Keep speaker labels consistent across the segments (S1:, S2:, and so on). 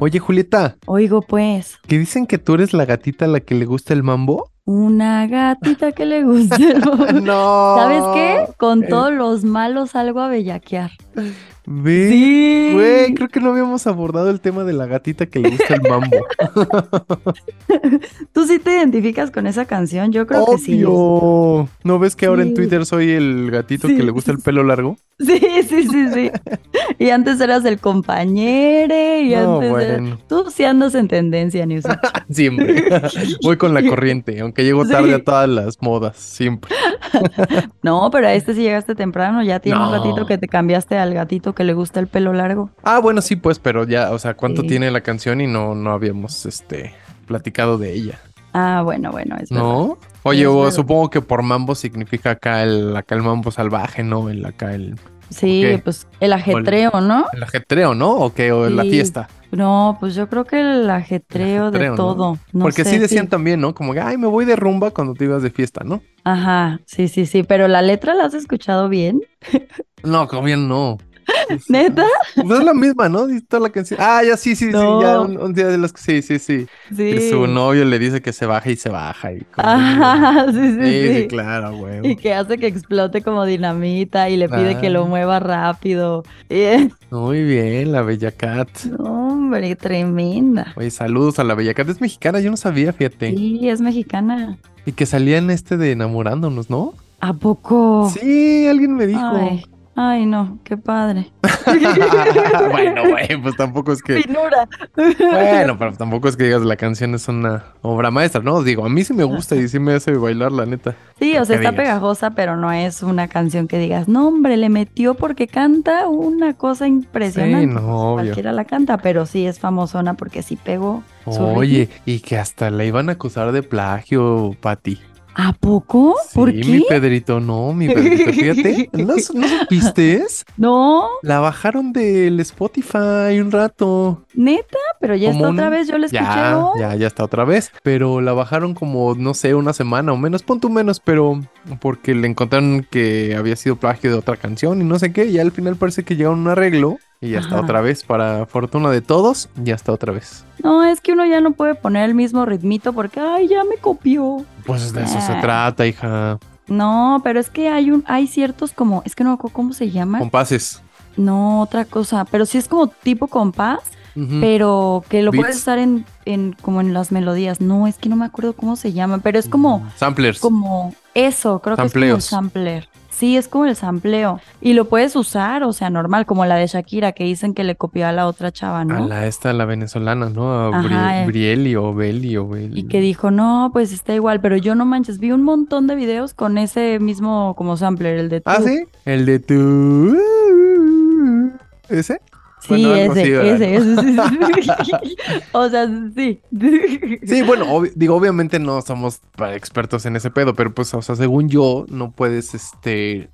S1: Oye, Julieta,
S2: Oigo pues,
S1: que dicen que tú eres la gatita a la que le gusta el mambo.
S2: una gatita que le guste. el mambo.
S1: no. Eh.
S2: ¿Sabes qué? Con todos los malos salgo a bellaquear.
S1: Ve,
S2: Sí.
S1: Güey, creo que no habíamos abordado el tema de la gatita que le gusta el mambo.
S2: ¿Tú sí te identificas con esa canción? Yo creo que sí.
S1: Obvio. ¿No ves que ahora en
S2: Sí.
S1: Twitter soy el gatito
S2: Sí.
S1: que le gusta el pelo largo?
S2: Sí, sí, sí, sí. Y antes eras el compañero y
S1: No,
S2: antes eras-
S1: bueno.
S2: Tú sí andas en tendencia, Newsy.
S1: Siempre. Voy con la corriente, aunque llego tarde a
S2: Sí.
S1: todas las modas, siempre.
S2: No, pero a este sí llegaste temprano. Ya tiene un
S1: No.
S2: ratito que te cambiaste al gatito que le gusta el pelo largo.
S1: Ah, bueno, sí, pues, pero ya, o sea, ¿cuánto
S2: Sí.
S1: tiene la canción? Y no, no habíamos, este, platicado de ella,
S2: Ah, bueno, bueno, es verdad.
S1: ¿no? Oye,
S2: Es
S1: o
S2: verdad.
S1: supongo que por mambo significa acá el, acá el mambo salvaje, ¿no? El acá el,
S2: Sí,
S1: Ok.
S2: pues el ajetreo, ¿no?
S1: el ajetreo, ¿no? O que, o la
S2: Sí.
S1: fiesta.
S2: No, pues yo creo que el ajetreo,
S1: ajetreo,
S2: de
S1: ¿no?
S2: todo. No
S1: Porque
S2: sé,
S1: sí decían también, ¿no? Como que, ay, me voy de rumba cuando te ibas de fiesta, ¿no?
S2: Ajá, sí, sí, sí, pero la letra la has escuchado bien.
S1: No, como bien no. Sí, sí.
S2: ¿Neta?
S1: Pues es la misma, ¿no? Dice Toda la canción. Ah, ya sí, sí,
S2: No.
S1: sí, ya un, un día de los que sí, sí, sí.
S2: Sí.
S1: Que su novio le dice que se baja y se baja. Y como-
S2: Ajá, sí, sí,
S1: Sí, sí,
S2: sí.
S1: claro, güey.
S2: Y que hace que explote como dinamita y le pide que lo
S1: Ah.
S2: mueva rápido. Eh,
S1: Muy bien, la Bella Cat.
S2: no, hombre, tremenda.
S1: Oye, saludos a la Bella Cat. Es mexicana, yo no sabía, fíjate.
S2: Sí, es mexicana.
S1: Y que salía en este de enamorándonos, ¿no?
S2: ¿A poco?
S1: Sí, alguien me dijo.
S2: Oh. Ay, ay, no, qué padre.
S1: bueno, güey, pues tampoco es que.
S2: Finura.
S1: Bueno, pero tampoco es que digas la canción es una obra maestra, ¿no? Digo, a mí sí me gusta y sí me hace bailar, la neta.
S2: Sí, o sea,
S1: que
S2: está
S1: digas.
S2: pegajosa, pero no es una canción que digas, no, hombre, le metió porque canta una cosa
S1: Sí,
S2: impresionante.
S1: no, obvio.
S2: Cualquiera la canta, pero sí es famosona porque sí pegó. su ritmo.
S1: Oye, y que hasta la iban a acusar de plagio, Pati.
S2: ¿A poco? ¿Oh, ¿Por
S1: sí,
S2: qué?
S1: mi Pedrito, no, mi Pedrito, fíjate. ¿No, su- no supiste?
S2: No,
S1: La bajaron del Spotify un rato.
S2: neta, pero ya
S1: Como
S2: está otra
S1: un-
S2: vez, yo la escuché
S1: Ya,
S2: hoy.
S1: ya, ya está otra vez. Pero la bajaron como, no sé, una semana o menos, pon tú menos, pero porque le encontraron que había sido plagio de otra canción y no sé qué. Y al final parece que llegaron a un arreglo y ya está
S2: Ajá.
S1: otra vez. Para fortuna de todos, ya está otra vez.
S2: No, es que uno ya no puede poner el mismo ritmito porque, ay, ya me copió.
S1: Pues de eso se
S2: Ah.
S1: trata, hija.
S2: No, pero es que hay un, hay ciertos como, es que no, me acuerdo ¿cómo se llama?
S1: Compases.
S2: No, otra cosa, pero sí es como tipo compás.
S1: Ujú.
S2: pero que lo puedes
S1: Beats.
S2: usar en, en como en las melodías. No, es que no me acuerdo cómo se llama, pero es como,
S1: Mm, samplers.
S2: como eso, creo
S1: Sampleos.
S2: que es como el sampler. Sí, es como el sampleo. Y lo puedes usar, o sea, normal, como la de Shakira, que dicen que le copió a la otra chava,
S1: A
S2: ¿no?
S1: la esta, la venezolana, ¿no? A
S2: Ajá,
S1: Brie-
S2: eh.
S1: Brieli o Beli o Bel-
S2: Y que dijo, no, pues está igual, pero yo no manches, vi un montón de videos con ese mismo como sampler, el de
S1: Ah,
S2: tú.
S1: sí. El de tu. ¿Ese?
S2: Sí,
S1: Bueno, algo
S2: ese,
S1: así, ¿verdad?
S2: ese, ese, sí. o sea, sí.
S1: Sí, bueno, obvi- digo, obviamente no somos pa- expertos en ese pedo, pero pues, o sea, según yo, no puedes este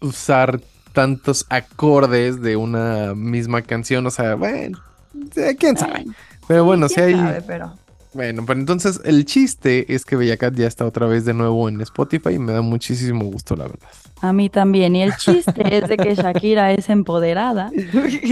S1: usar tantos acordes de una misma canción. O sea, bueno, eh, quién sabe. Pero bueno, si
S2: ¿Quién
S1: hay.
S2: sabe? pero...
S1: Bueno, pero entonces el chiste es que Bellacat ya está otra vez de nuevo en Spotify y me da muchísimo gusto, la verdad.
S2: A mí también. Y el chiste es de que Shakira es empoderada.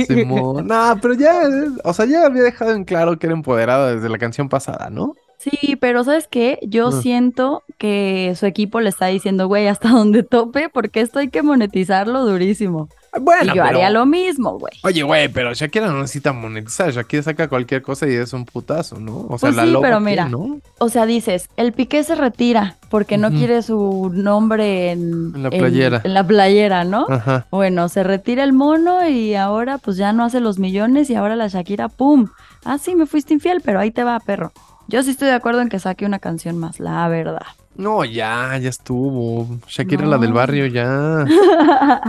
S1: Simón. No, pero ya, eh, o sea, ya había dejado en claro que era empoderada desde la canción pasada, ¿no?
S2: Sí, pero ¿sabes qué? Yo
S1: Ah.
S2: siento que su equipo le está diciendo, güey, hasta donde tope, porque esto hay que monetizarlo durísimo.
S1: Ah, Bueno,
S2: y yo haría
S1: pero-
S2: lo mismo, güey.
S1: Oye, güey, pero Shakira no necesita monetizar. Shakira saca cualquier cosa y es un putazo, ¿no? O sea,
S2: Pues
S1: la
S2: sí,
S1: loba
S2: pero
S1: aquí,
S2: mira.
S1: ¿no?
S2: O sea, dices, el Piqué se retira porque no
S1: Ujú.
S2: quiere su nombre en,
S1: En la playera.
S2: En, la playera, ¿no?
S1: Ajá.
S2: Bueno, se retira el mono y ahora pues ya no hace los millones y ahora la Shakira, ¡pum! Ah, sí, me fuiste infiel, pero ahí te va, perro. Yo sí estoy de acuerdo en que saque una canción más, la verdad.
S1: No, ya, ya estuvo. Shakira la del
S2: No.
S1: barrio, ya.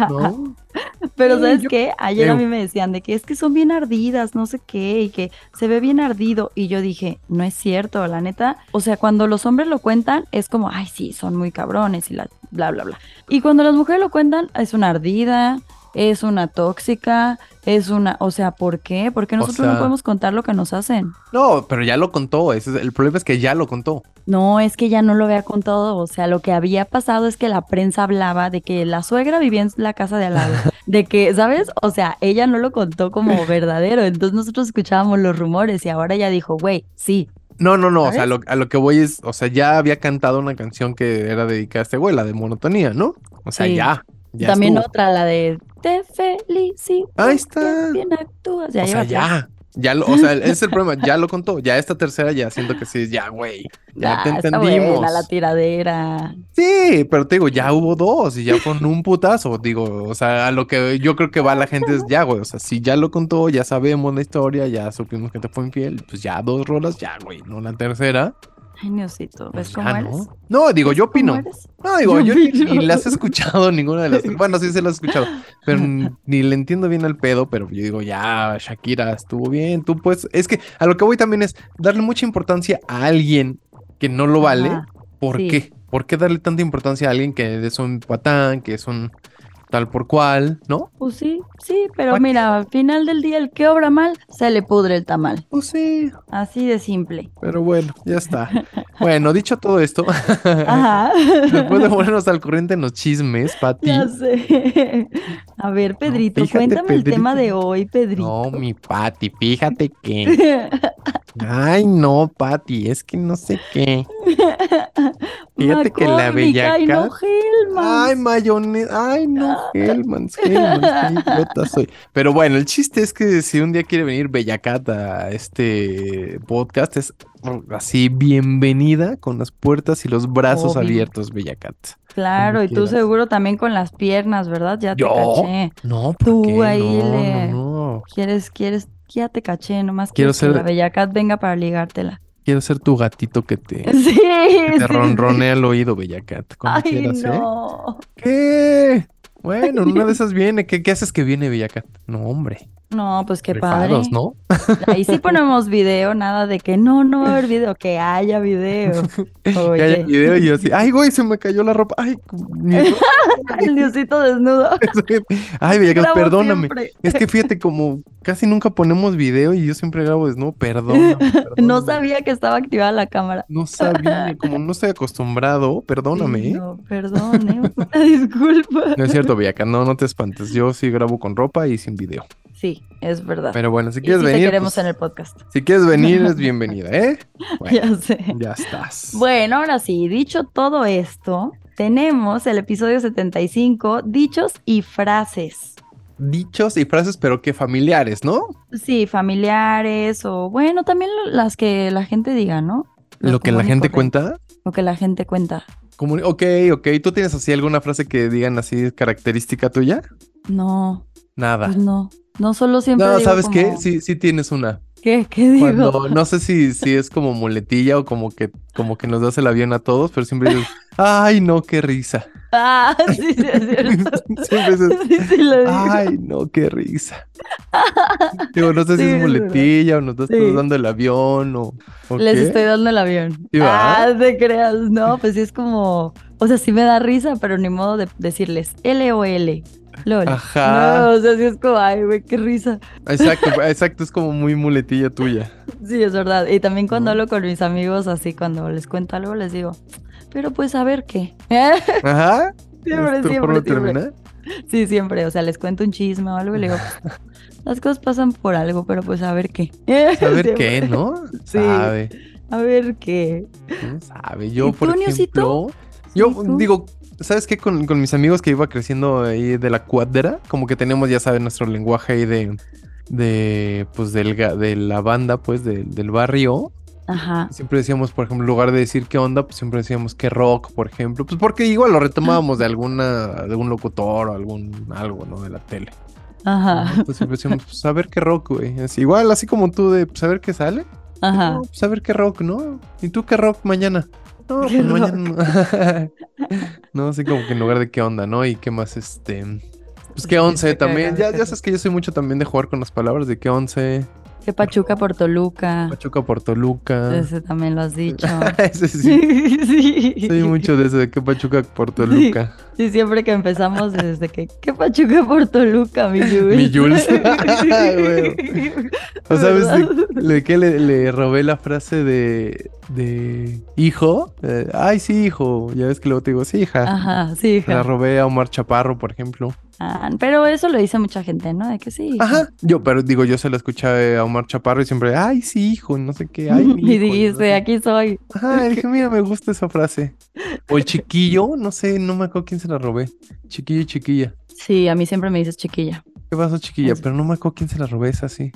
S1: ¿No?
S2: Pero
S1: Sí,
S2: ¿sabes
S1: yo-
S2: qué? Ayer a
S1: Eo.
S2: mí me decían de que es que son bien ardidas, no sé qué, y que se ve bien ardido. Y yo dije, no es cierto, la neta. O sea, cuando los hombres lo cuentan, es como, ay, sí, son muy cabrones y la, bla, bla, bla. Y cuando las mujeres lo cuentan, es una ardida, es una tóxica, es una, o sea, ¿por qué? Porque
S1: O
S2: nosotros no
S1: sea-
S2: podemos contar lo que nos hacen.
S1: No, pero ya lo contó. ese es- el problema es que ya lo contó.
S2: No, es que ya no lo había contado, o sea, lo que había pasado es que la prensa hablaba de que la suegra vivía en la casa de al lado, de que, ¿sabes? O sea, ella no lo contó como verdadero, entonces nosotros escuchábamos los rumores y ahora ella dijo, güey, sí,
S1: No, no, no. O sea,
S2: ¿Sabes?
S1: lo- a lo que voy es, o sea, ya había cantado una canción que era dedicada a este güey, la de monotonía, ¿no? O sea,
S2: Sí.
S1: ya. ya
S2: También
S1: estuvo.
S2: otra, la de te felicito.
S1: Ahí está.
S2: que Bien actúas. Ya
S1: O sea,
S2: lleva tres.
S1: ya. Ya lo, o sea, ese es el problema, ya lo contó, ya esta tercera ya siento que sí, ya, güey, ya
S2: Ah,
S1: te
S2: está
S1: entendimos.
S2: buena la tiradera.
S1: Sí, pero te digo, ya hubo dos y ya con un putazo, digo, o sea, a lo que yo creo que va la gente es ya, güey, o sea, si ya lo contó, ya sabemos la historia, ya supimos que te fue infiel, pues ya dos rolas, ya, güey, no la tercera.
S2: Ay, Diosito,
S1: pues ya
S2: ¿ves cómo eres?
S1: no. No, digo,
S2: ¿Ves
S1: yo
S2: cómo
S1: opino.
S2: eres?
S1: No, digo, yo,
S2: Yo
S1: ni,
S2: opino.
S1: ni las he escuchado ninguna de las tres. Bueno, sí se las he escuchado, pero n- ni le entiendo bien al pedo, pero yo digo, ya, Shakira, estuvo bien, tú pues, es que a lo que voy también es darle mucha importancia a alguien que no lo vale.
S2: Ajá.
S1: ¿Por
S2: Sí.
S1: qué? ¿Por qué darle tanta importancia a alguien que es un patán, que es un tal por cual, ¿no?
S2: Pues sí, sí, pero
S1: Bueno.
S2: mira, al final del día, el que obra mal, se le pudre el tamal.
S1: Pues sí,
S2: Así de simple.
S1: pero bueno, ya está. Bueno, dicho todo esto,
S2: Ajá.
S1: después de ponernos al corriente en los chismes, Pati.
S2: Ya sé. A ver, Pedrito,
S1: fíjate,
S2: cuéntame el tema de
S1: Pedrito.
S2: hoy, Pedrito.
S1: No, mi Pati, fíjate que. Ay, no, Pati, es que no sé qué. Fíjate que la
S2: Macornica, ay, no,
S1: bellaca- Ay, mayonesa. Ay, no, Hellmans, Hellmans, qué idiota soy. Pero bueno, el chiste es que si un día quiere venir Bellacat a este podcast, es así, bienvenida con las puertas y los brazos
S2: Obvio.
S1: abiertos, Bellacat.
S2: Claro, y tú
S1: quieras.
S2: seguro también con las piernas, ¿verdad? Ya te
S1: ¿Yo?
S2: caché.
S1: No, ¿por
S2: Tú
S1: qué?
S2: ahí
S1: No, no,
S2: le-
S1: no.
S2: Quieres, quieres, ya te caché, nomás
S1: Quiero
S2: quieres que
S1: ser-
S2: la bella cat venga para ligártela.
S1: Quiero ser tu gatito que te, que
S2: Sí,
S1: te
S2: sí,
S1: ronronea al oído, Bellacat. como
S2: Ay,
S1: quieras, ¿eh?
S2: no.
S1: ¿Qué? Bueno, en una de esas viene. ¿Qué, qué haces que viene Bellacat? No, hombre.
S2: No, pues qué
S1: Rifados,
S2: padre.
S1: ¿no?
S2: Ahí sí ponemos video, nada de que no, no va a haber video, que haya video.
S1: Que haya
S2: Oye,
S1: video y yo así, ay, güey, se me cayó la ropa. Ay, cu- mi ropa,
S2: el diosito desnudo.
S1: ay, Bellacat,
S2: Bravo
S1: perdóname.
S2: siempre.
S1: Es que fíjate, como casi nunca ponemos video y yo siempre grabo desnudo, perdóname. perdóname.
S2: No sabía que estaba activada la cámara.
S1: No sabía, como no estoy acostumbrado, perdóname.
S2: Sí,
S1: ¿eh?
S2: No, perdón, ¿eh? Una disculpa.
S1: No es cierto, Bellacat, no, no te espantes. Yo sí grabo con ropa y sin video.
S2: Sí, es verdad.
S1: Pero bueno, si
S2: Y
S1: quieres
S2: sí te
S1: venir,
S2: queremos
S1: pues,
S2: en el podcast.
S1: si quieres venir, es bienvenida, ¿eh? Bueno,
S2: Ya sé.
S1: ya estás.
S2: Bueno, ahora sí, dicho todo esto, tenemos el episodio 75, dichos y frases.
S1: dichos y frases, pero que familiares, ¿no?
S2: Sí, familiares o bueno, también lo- las que la gente diga, ¿no? Los
S1: Lo que la
S2: comunes
S1: gente
S2: corrientes.
S1: cuenta.
S2: Lo que la gente cuenta.
S1: Como, ok, ok. ¿Tú tienes así alguna frase que digan así característica tuya?
S2: No,
S1: Nada.
S2: pues no. No solo siempre
S1: Ah. No,
S2: digo
S1: ¿sabes qué?
S2: como,
S1: Sí, sí tienes una.
S2: ¿Qué? ¿Qué digo?
S1: Cuando, no sé si, si es como muletilla o como que, como que nos das el avión a todos, pero siempre dices, ay, no, qué risa.
S2: Ah, sí, sí, es cierto.
S1: siempre dices,
S2: Sí, sí, lo digo.
S1: ay, no, qué risa. Digo, no sé si
S2: Sí,
S1: es
S2: es verdad.
S1: muletilla o nos estás
S2: Sí.
S1: dando el avión o, o
S2: Les
S1: qué.
S2: estoy dando el avión.
S1: Sí, ¿va?
S2: ah, te creas. No, pues sí es como. O sea, sí me da risa, pero ni modo de decirles L o L. LOL.
S1: Ajá.
S2: No, o sea, sí es como, ay, güey, qué risa.
S1: Exacto, exacto, es como muy muletilla tuya.
S2: Sí, es verdad. Y también cuando
S1: No.
S2: hablo con mis amigos, así, cuando les cuento algo, les digo, pero pues a ver qué.
S1: Ajá.
S2: Siempre,
S1: ¿Es tu forma
S2: siempre,
S1: de
S2: siempre.
S1: terminar?
S2: Sí, siempre. O sea, les cuento un chisme o algo y le digo, "Pues, las cosas pasan por algo, pero pues a ver qué.
S1: A ver
S2: Siempre.
S1: qué, ¿no?
S2: Sí.
S1: Sabe.
S2: A ver qué.
S1: ¿Quién sabe?
S2: ¿Y
S1: Yo, por
S2: tú,
S1: ejemplo.
S2: Niosito?
S1: Yo
S2: ¿Sí, tú?
S1: digo, ¿sabes qué? Con, con mis amigos que iba creciendo ahí de la cuadra, como que tenemos, ya saben, nuestro lenguaje ahí de. De, pues, del, ga- de la banda, pues, de- del barrio.
S2: Ajá.
S1: Siempre decíamos, por ejemplo, en lugar de decir qué onda, pues siempre decíamos qué rock, por ejemplo. Pues porque igual lo retomábamos de alguna, de algún locutor o algún algo, ¿no? De la tele.
S2: Ajá.
S1: ¿no? Pues siempre decíamos, pues a ver qué rock, güey. Así, igual, así como tú de, pues a ver qué sale.
S2: Ajá.
S1: No, pues a ver qué rock, ¿no? ¿Y tú qué rock mañana? No,
S2: ¿Qué
S1: pues mañana no. no, así como que en lugar de qué onda, ¿no? Y qué más, este... Pues
S2: Sí,
S1: qué once
S2: está
S1: también. Ya,
S2: cagado, qué
S1: ya sabes que yo soy mucho también de jugar con las palabras de qué once.
S2: Que Pachuca por Toluca.
S1: Pachuca por Toluca.
S2: Ese también lo has dicho.
S1: Ese Ah. sí.
S2: sí.
S1: Soy mucho de eso de que Pachuca por Toluca.
S2: Sí, siempre que empezamos desde que, ¿qué Pachuca por Toluca, mi Jules?
S1: Mi Jules. Güey. ¿O sabes de, de qué le, le robé la frase de, de hijo? Eh, Ay, sí, hijo. Ya ves que luego te digo, sí, hija.
S2: Ajá, sí,
S1: La
S2: hija.
S1: robé a Omar Chaparro, por ejemplo.
S2: Ah, pero eso lo dice mucha gente, ¿no? De que sí. hija.
S1: Ajá. Yo, pero digo, yo se la escuché a Omar Chaparro y siempre, ay, sí, hijo, no sé qué, ay, mi hijo",
S2: y
S1: no
S2: dijiste,
S1: sé.
S2: aquí soy.
S1: Ajá, y dije, mira, me gusta esa frase. O el chiquillo, no sé, no me acuerdo quién se la robé. Chiquillo y chiquilla.
S2: Sí, a mí siempre me dices chiquilla.
S1: ¿Qué pasó, chiquilla?
S2: Es-
S1: Pero no me acuerdo quién se la robé, es así.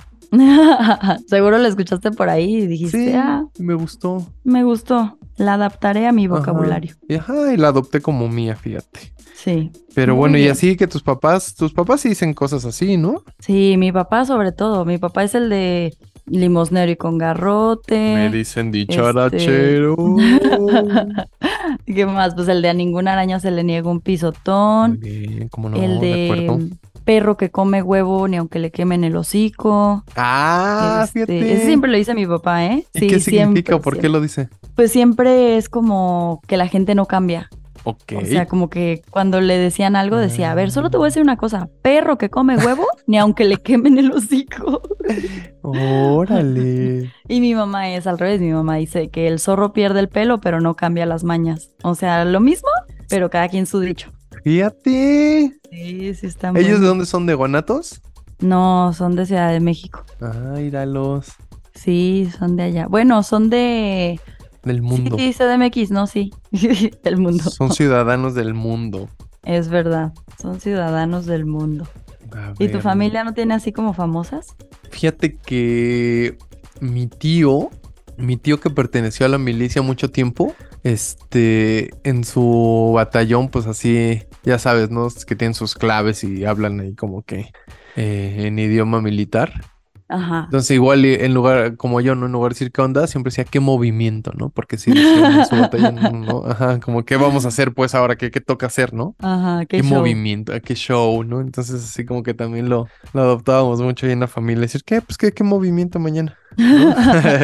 S2: Seguro lo escuchaste por ahí y dijiste,
S1: Sí,
S2: ah,
S1: me gustó.
S2: me gustó. La adaptaré a mi
S1: Ajá.
S2: vocabulario.
S1: Y ajá, y la adopté como mía, fíjate.
S2: Sí.
S1: Pero
S2: Muy
S1: bueno, y
S2: bien.
S1: así que tus papás, tus papás sí dicen cosas así, ¿no?
S2: Sí, mi papá sobre todo. Mi papá es el de limosnero y con garrote.
S1: dicen
S2: dicharachero. ¿Qué más? Pues el de a ninguna araña se le niega un
S1: Muy
S2: pisotón.
S1: bien, cómo no,
S2: el
S1: de acuerdo.
S2: de perro que come huevo ni aunque le quemen el hocico.
S1: Ah,
S2: Este,
S1: fíjate.
S2: Ese siempre lo dice mi papá, ¿eh?
S1: ¿Y qué significa?
S2: siempre,
S1: o ¿Por qué
S2: siempre.
S1: lo dice?
S2: Pues siempre es como que la gente no cambia.
S1: Ok.
S2: O sea, como que cuando le decían algo decía, a ver, solo te voy a decir una cosa, perro que come huevo, ni aunque le quemen el hocico.
S1: Órale.
S2: Y mi mamá es al revés, mi mamá dice que el zorro pierde el pelo, pero no cambia las mañas. O sea, lo mismo, pero cada quien su dicho.
S1: Fíjate.
S2: Sí, sí está muy...
S1: ¿Ellos de dónde son? ¿De Guanatos?
S2: No, son de Ciudad de México.
S1: Ay, íralos.
S2: Sí, son de allá. Bueno, son de...
S1: Del mundo.
S2: Sí, sí, CDMX, no, sí. del mundo.
S1: Son ciudadanos del mundo.
S2: Es verdad, son ciudadanos del mundo.
S1: A
S2: ¿Y tu
S1: ver,
S2: familia no tiene así como famosas?
S1: Fíjate que mi tío, mi tío que perteneció a la milicia mucho tiempo, este, en su batallón, pues así, ya sabes, ¿no? Es Que tienen sus claves y hablan ahí como que eh, en idioma militar.
S2: Ajá.
S1: Entonces, igual y en lugar, como yo, ¿no? En lugar de decir qué onda, siempre decía qué movimiento, ¿no? Porque si decían en su batallón, ¿no? Ajá, como qué vamos a hacer, pues ahora, qué, qué toca hacer, ¿no?
S2: Ajá, qué,
S1: qué,
S2: show.
S1: movimiento, qué show, ¿no? Entonces, así como que también lo, lo adoptábamos mucho ahí en la familia. Decir, ¿qué? Pues, ¿qué, qué movimiento mañana? ¿no?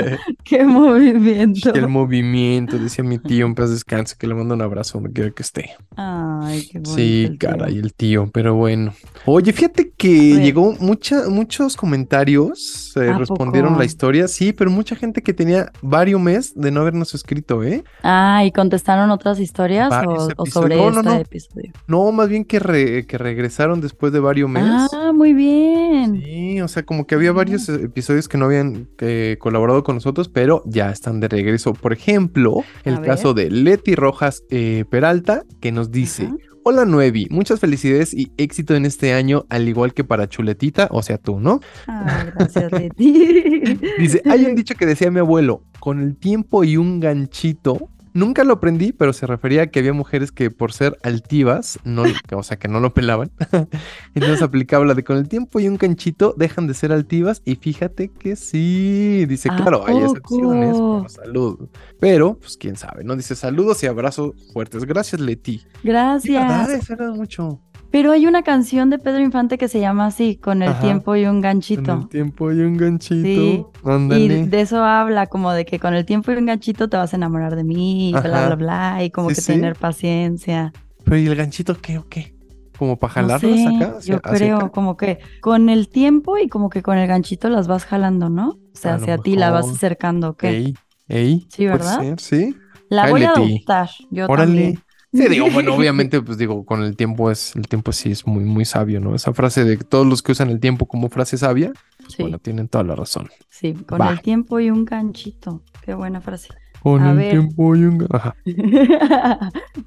S2: Qué movimiento.
S1: el movimiento, decía mi tío, en paz descanse, que le mando un abrazo donde quiera que esté.
S2: Ay, qué bonito.
S1: Sí,
S2: el tío.
S1: caray, el tío, pero bueno. Oye, fíjate que
S2: A ver.
S1: llegó mucha, muchos comentarios, eh,
S2: ¿A
S1: respondieron
S2: poco?
S1: la historia, sí, pero mucha gente que tenía varios meses de no habernos escrito, ¿eh?
S2: Ah, ¿y contestaron otras historias
S1: Varios
S2: o, o
S1: episodios.
S2: sobre
S1: No, no,
S2: este
S1: no.
S2: episodio?
S1: No, más bien que, re- que regresaron después de varios meses.
S2: Ah, muy bien.
S1: Sí, o sea, como que había varios eh, episodios que no habían eh, colaborado con nosotros, pero ya están de regreso. Por ejemplo, el
S2: A ver.
S1: caso de Leti Rojas eh, Peralta, que nos dice.
S2: Ajá.
S1: Hola Nuevi, muchas felicidades y éxito en este año, al igual que para Chuletita, o sea tú, ¿no?
S2: Ay, Ah, gracias, Leti.
S1: Dice, hay un dicho que decía mi abuelo, con el tiempo y un ganchito. Nunca lo aprendí, pero se refería a que había mujeres que por ser altivas, no, o sea, que no lo pelaban. Entonces aplicaba la de con el tiempo y un ganchito dejan de ser altivas y fíjate que sí. Dice,
S2: ¿A
S1: claro, hay excepciones,
S2: poco?
S1: por salud. Pero, pues quién sabe, ¿no? Dice, saludos y abrazos fuertes. Gracias, Leti. Sí, ¿verdad?
S2: Gracias.
S1: Eso era mucho.
S2: Pero hay una canción de Pedro Infante que se llama así, Con el
S1: Ajá.
S2: tiempo y un
S1: Con el
S2: ganchito.
S1: tiempo y un ganchito.
S2: Sí. Y
S1: Ándale.
S2: de eso habla, como de que con el tiempo y un ganchito te vas a enamorar de mí, y
S1: Ajá.
S2: bla, bla, bla, y como
S1: Sí,
S2: que
S1: sí.
S2: tener paciencia.
S1: Pero ¿y el ganchito qué o qué? ¿Como para
S2: No
S1: jalarlas
S2: sé,
S1: acá? hacia-
S2: yo
S1: hacia
S2: creo,
S1: acá?
S2: como que con el tiempo y como que con el ganchito las vas jalando, ¿no? O sea,
S1: A lo
S2: hacia ti la vas
S1: mejor.
S2: acercando, ¿ok?
S1: Ey, ey.
S2: Sí,
S1: puede
S2: ¿verdad?
S1: ser, Sí.
S2: La voy a
S1: Cáilete.
S2: adoptar, yo
S1: Órale.
S2: también.
S1: Sí, digo, bueno, obviamente, pues digo, con el tiempo es, el tiempo sí es muy, muy sabio, ¿no? Esa frase de que todos los que usan el tiempo como frase sabia,
S2: Sí,
S1: bueno, tienen toda la razón.
S2: sí, con
S1: va.
S2: el tiempo y un ganchito. Qué buena frase.
S1: Con
S2: A
S1: el
S2: ver.
S1: tiempo y un... Ajá.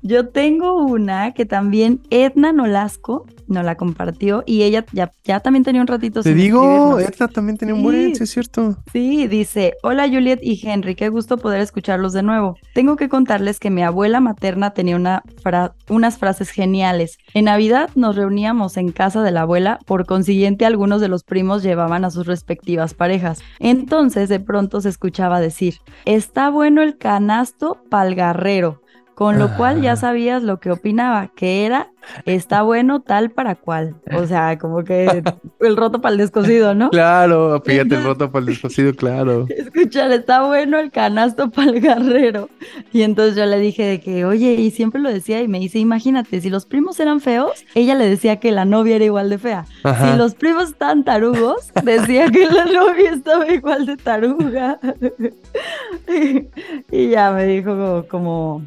S2: Yo tengo una que también Edna Nolasco nos la compartió y ella ya, ya también tenía un ratito
S1: Te
S2: sin
S1: digo,
S2: escribirnos.
S1: esta también tenía un buen,
S2: Sí.
S1: sí es cierto.
S2: Sí, dice, hola Juliet y Henry, qué gusto poder escucharlos de nuevo. Tengo que contarles que mi abuela materna tenía una fra- unas frases geniales. En Navidad nos reuníamos en casa de la abuela, por consiguiente algunos de los primos llevaban a sus respectivas parejas. Entonces de pronto se escuchaba decir, está bueno el canasto palgarrero. Con lo cual ya sabías lo que opinaba, que era está bueno tal para cual. O sea, como que el roto para el descosido, ¿no?
S1: Claro, fíjate, el roto para el descosido, claro.
S2: Escuchar, está bueno el canasto para el garrero. Y entonces yo le dije de que, oye, y siempre lo decía y me dice, imagínate, si los primos eran feos, ella le decía que la novia era igual de fea. Ajá. Si los primos estaban tarugos, decía que la novia estaba igual de taruga. y, y ya me dijo como, como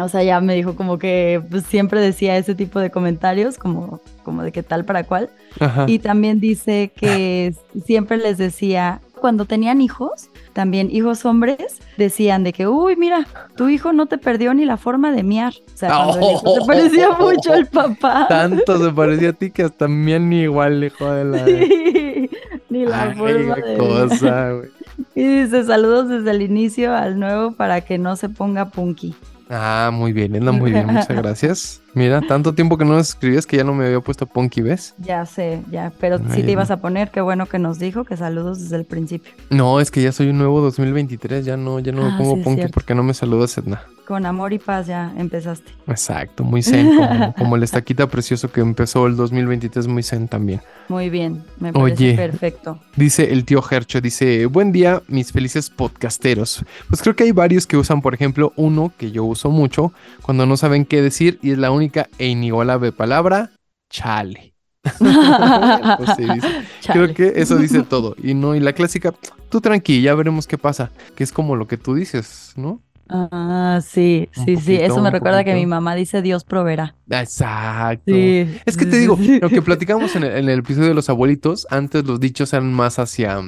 S2: o sea, ya me dijo como que pues, siempre decía ese tipo de comentarios, como, como de qué tal para cuál. Ajá. Y también dice que siempre les decía, cuando tenían hijos, también hijos hombres, decían de que, uy, mira, tu hijo no te perdió ni la forma de miar. O sea, cuando oh, el hijo te parecía oh, mucho al papá.
S1: Tanto se parecía a ti que hasta mían ni igual, hijo de la...
S2: Sí, ni la Ay, forma de cosa, güey. Y dice, saludos desde el inicio al nuevo para que no se ponga punky.
S1: Ah, muy bien, anda muy bien, muchas gracias. Mira, tanto tiempo que no nos escribías que ya no me había puesto Ponky, ¿ves?
S2: Ya sé, ya, pero si sí te ibas a poner, qué bueno que nos dijo que saludos desde el principio.
S1: No, es que ya soy un nuevo 2023, ya no, ya no ah, me pongo sí, Ponky cierto. porque no me saludas, Edna.
S2: Con amor y paz ya empezaste.
S1: Exacto, muy zen, como, como el estaquita precioso que empezó el 2023, muy zen también.
S2: Muy bien, me parece Oye, perfecto.
S1: Dice el tío Gercho, dice, buen día, mis felices podcasteros. Pues creo que hay varios que usan, por ejemplo, uno que yo uso mucho cuando no saben qué decir y es la única e inigualable palabra, chale. pues sí, dice. Chale. Creo que eso dice todo. Y no, y la clásica, tú tranqui, ya veremos qué pasa, que es como lo que tú dices, ¿no?
S2: Ah, sí, un sí, poquito, sí. Eso me recuerda poquito. que mi mamá dice Dios proveerá.
S1: Exacto. Sí. Es que te digo, lo que platicamos en el, en el, episodio de los abuelitos, antes los dichos eran más hacia,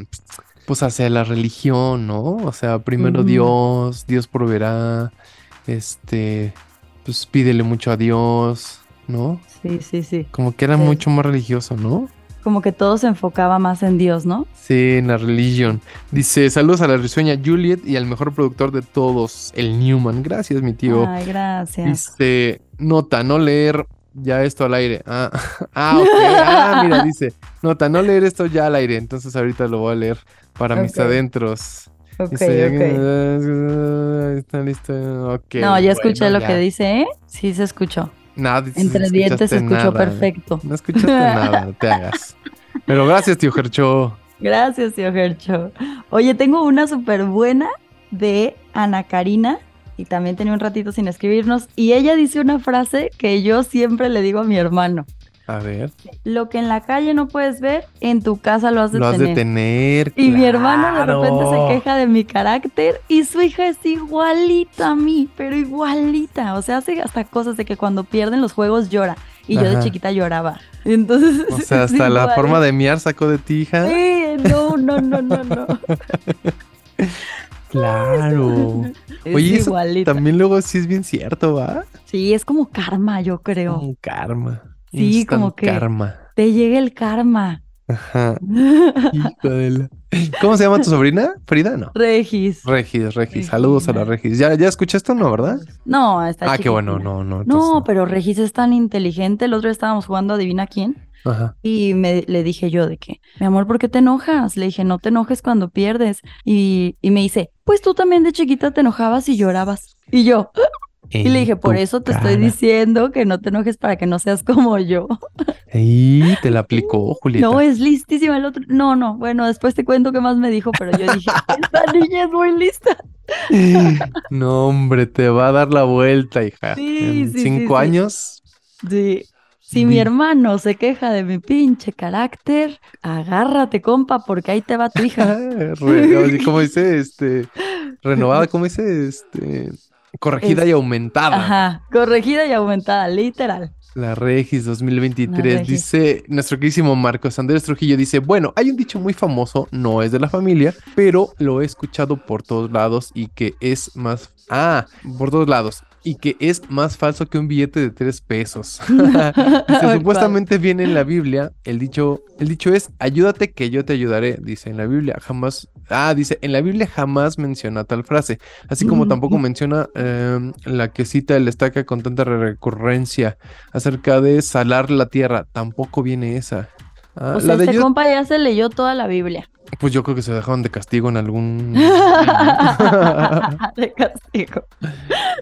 S1: pues hacia la religión, ¿no? O sea, primero mm. Dios, Dios proveerá, este, pues pídele mucho a Dios, ¿no?
S2: Sí, sí, sí.
S1: Como que era sí. mucho más religioso, ¿no?
S2: Como que todo se enfocaba más en Dios, ¿no?
S1: Sí, en la religión. Dice, saludos a la risueña Juliet y al mejor productor de todos, el Newman. Gracias, mi tío.
S2: Ay, gracias.
S1: Dice, nota, no leer ya esto al aire. Ah, ah ok. Ah, mira, dice, nota, no leer esto ya al aire. Entonces ahorita lo voy a leer para mis okay. adentros.
S2: Ok, ok.
S1: Está listo. Okay,
S2: no, ya escuché bueno, lo ya. que dice, ¿eh? Sí, se escuchó.
S1: Nada,
S2: Entre
S1: no
S2: dientes se escuchó nada. perfecto.
S1: No escuchaste nada, no te hagas. Pero gracias, tío Gercho.
S2: Gracias, tío Gercho. Oye, tengo una súper buena de Ana Karina. Y también tenía un ratito sin escribirnos. Y ella dice una frase que yo siempre le digo a mi hermano.
S1: A ver.
S2: Lo que en la calle no puedes ver, en tu casa lo has de
S1: lo
S2: tener.
S1: Has de tener.
S2: Y
S1: claro.
S2: mi hermana de repente se queja de mi carácter y su hija es igualita a mí, pero igualita. O sea, hace hasta cosas de que cuando pierden los juegos llora. Y Ajá. yo de chiquita lloraba. Entonces.
S1: O sea, hasta igual. la forma de miar sacó de ti, hija.
S2: Sí, no, no, no, no, no.
S1: Claro. Es Oye, eso también luego sí es bien cierto, ¿va?
S2: Sí, es como karma, yo creo.
S1: Como karma.
S2: Sí, Instant como que
S1: karma.
S2: te llega el karma.
S1: Ajá. ¿Cómo se llama tu sobrina? Frida, no.
S2: Regis.
S1: Regis, Regis. Regis. Saludos a la Regis. ¿Ya, ya escuchaste no, verdad?
S2: No, está
S1: Ah, chiquitina. qué bueno, no, no.
S2: No, no, pero Regis es tan inteligente. El otro día estábamos jugando Adivina quién. Ajá. Y me, le dije yo de que, mi amor, ¿por qué te enojas? Le dije, no te enojes cuando pierdes. Y, y me dice, pues tú también de chiquita te enojabas y llorabas. Y yo, y le dije, por eso te cara. estoy diciendo que no te enojes para que no seas como yo.
S1: Y te la aplicó, Julieta.
S2: No, es listísima el otro. No, no, bueno, después te cuento qué más me dijo, pero yo dije, esta niña es muy lista.
S1: no, hombre, te va a dar la vuelta, hija.
S2: Sí,
S1: en
S2: sí,
S1: cinco
S2: sí,
S1: años.
S2: Sí. Si mi hermano se queja de mi pinche carácter, agárrate, compa, porque ahí te va tu
S1: ah,
S2: hija.
S1: ¿Cómo dice? Este, renovada, ¿cómo dice? Este. Corregida es, y aumentada.
S2: Ajá, corregida y aumentada, literal.
S1: La Regis 2023 La Regis. dice, nuestro queridísimo Marcos Andrés Trujillo dice, bueno, hay un dicho muy famoso, no es de la familia, pero lo he escuchado por todos lados y que es más... Ah, por todos lados y que es más falso que un billete de tres pesos. dice, supuestamente viene en la Biblia, el dicho, el dicho es, ayúdate que yo te ayudaré, dice en la Biblia, jamás, ah, dice, en la Biblia jamás menciona tal frase, así como tampoco menciona eh, la que cita el estaca con tanta recurrencia acerca de salar Ah, la tierra, tampoco viene esa.
S2: Ah, o sea, la de este yo... compa ya se leyó toda la Biblia.
S1: Pues yo creo que se dejaron de castigo en algún. Ah.
S2: de castigo.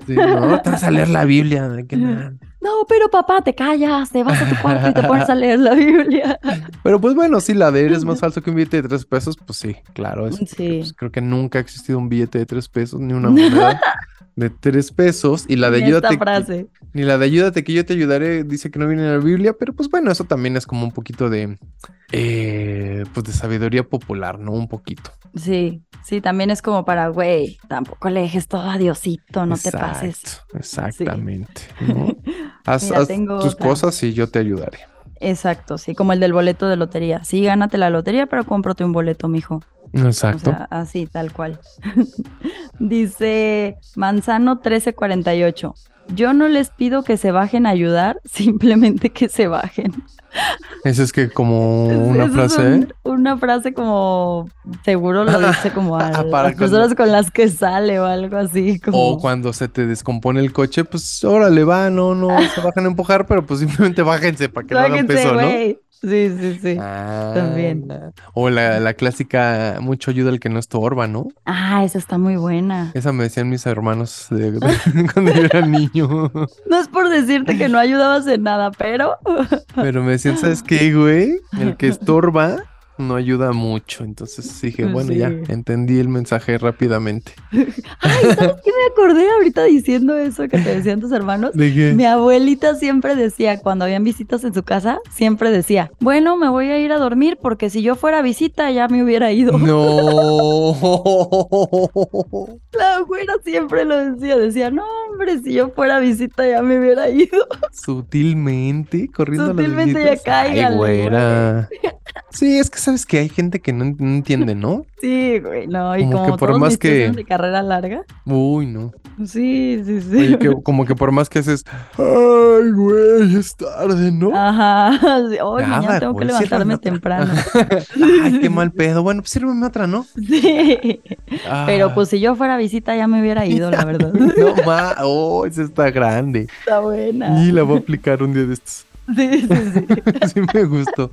S1: Sí, no, te vas a leer la Biblia. ¿de qué nada?
S2: No, pero papá, te callas, te vas a tu cuarto y te pones a leer la Biblia.
S1: Pero pues bueno, si la de eres más falso que un billete de tres pesos, pues sí, claro. es-
S2: Sí.
S1: pues creo que nunca ha existido un billete de tres pesos ni una moneda de tres pesos. Y la de
S2: Esta
S1: ayúdate, que-
S2: frase.
S1: Ni la de ayúdate que yo te ayudaré dice que no viene en la Biblia, pero pues bueno, eso también es como un poquito de, eh, pues de sabiduría popular, ¿no? Un poquito.
S2: Sí, sí, también es como para, güey, tampoco le dejes todo a Diosito, no te pases.
S1: Exacto, Exactamente. ¿no? Haz,
S2: Mira,
S1: haz
S2: tengo
S1: tus
S2: otra.
S1: cosas y yo te ayudaré.
S2: Exacto, sí, como el del boleto de lotería. Sí, gánate la lotería, pero cómprate un boleto, mijo.
S1: Exacto.
S2: O sea, así, tal cual. Dice Manzano 1348. Yo no les pido que se bajen a ayudar, simplemente que se bajen.
S1: Eso es que como
S2: Eso
S1: Oh, una
S2: es
S1: frase. ¿eh?
S2: un- una frase como, seguro lo dice como a,
S1: Ah,
S2: las
S1: para cuando-
S2: personas con las que sale o algo así. Como...
S1: O cuando se te descompone el coche, pues órale, va, no, no, se bajan a empujar, pero pues simplemente bájense para que no hagan
S2: Sáquense,
S1: peso, ¿no?
S2: güey. Sí, sí, sí.
S1: Ah,
S2: También.
S1: O la, la clásica, mucho ayuda al que no estorba, ¿no?
S2: Ah, esa está muy buena.
S1: Esa me decían mis hermanos de- de- cuando yo era niño.
S2: No es por decirte que no ayudabas en nada, pero
S1: Pero me decían, ¿sabes qué, güey? El que estorba no ayuda mucho. Entonces dije, bueno, ya
S2: Pues Sí.
S1: entendí el mensaje rápidamente.
S2: Ay, ¿sabes qué me acordé ahorita diciendo eso que te decían tus hermanos?
S1: ¿De qué?
S2: Mi abuelita siempre decía, cuando habían visitas en su casa, siempre decía, bueno, me voy a ir a dormir porque si yo fuera visita ya me hubiera
S1: Mm.
S2: ido.
S1: No.
S2: La güera siempre lo decía, decía, no, hombre, si yo fuera visita ya me hubiera ido.
S1: Sutilmente, corriendo
S2: Sutilmente
S1: las
S2: ya
S1: visitas.
S2: cáigale,
S1: Ay, güera. Sí, es que sabes que hay gente que no, en- no entiende, ¿no?
S2: Sí, güey, no, y
S1: Como
S2: como,
S1: que por
S2: todos
S1: más
S2: mis tíos
S1: que-
S2: eran de carrera larga.
S1: Uy, no.
S2: Sí, sí, sí.
S1: Oye, que- como que por más que haces, ay, güey, es tarde, ¿no?
S2: Ah. Ajá, sí, hoy
S1: Nada,
S2: mañana tengo que
S1: güey, cierra
S2: levantarme
S1: la tra-
S2: temprano.
S1: Ay, qué mal pedo. Bueno, pues sírveme otra, ¿no?
S2: Sí. Pero
S1: Ah,
S2: pues si yo fuera visita ya me hubiera ido, la verdad.
S1: No, ma, oh, esa está grande.
S2: Está buena.
S1: Y la voy a aplicar un día de estos.
S2: Sí, sí, sí.
S1: Sí, me gustó.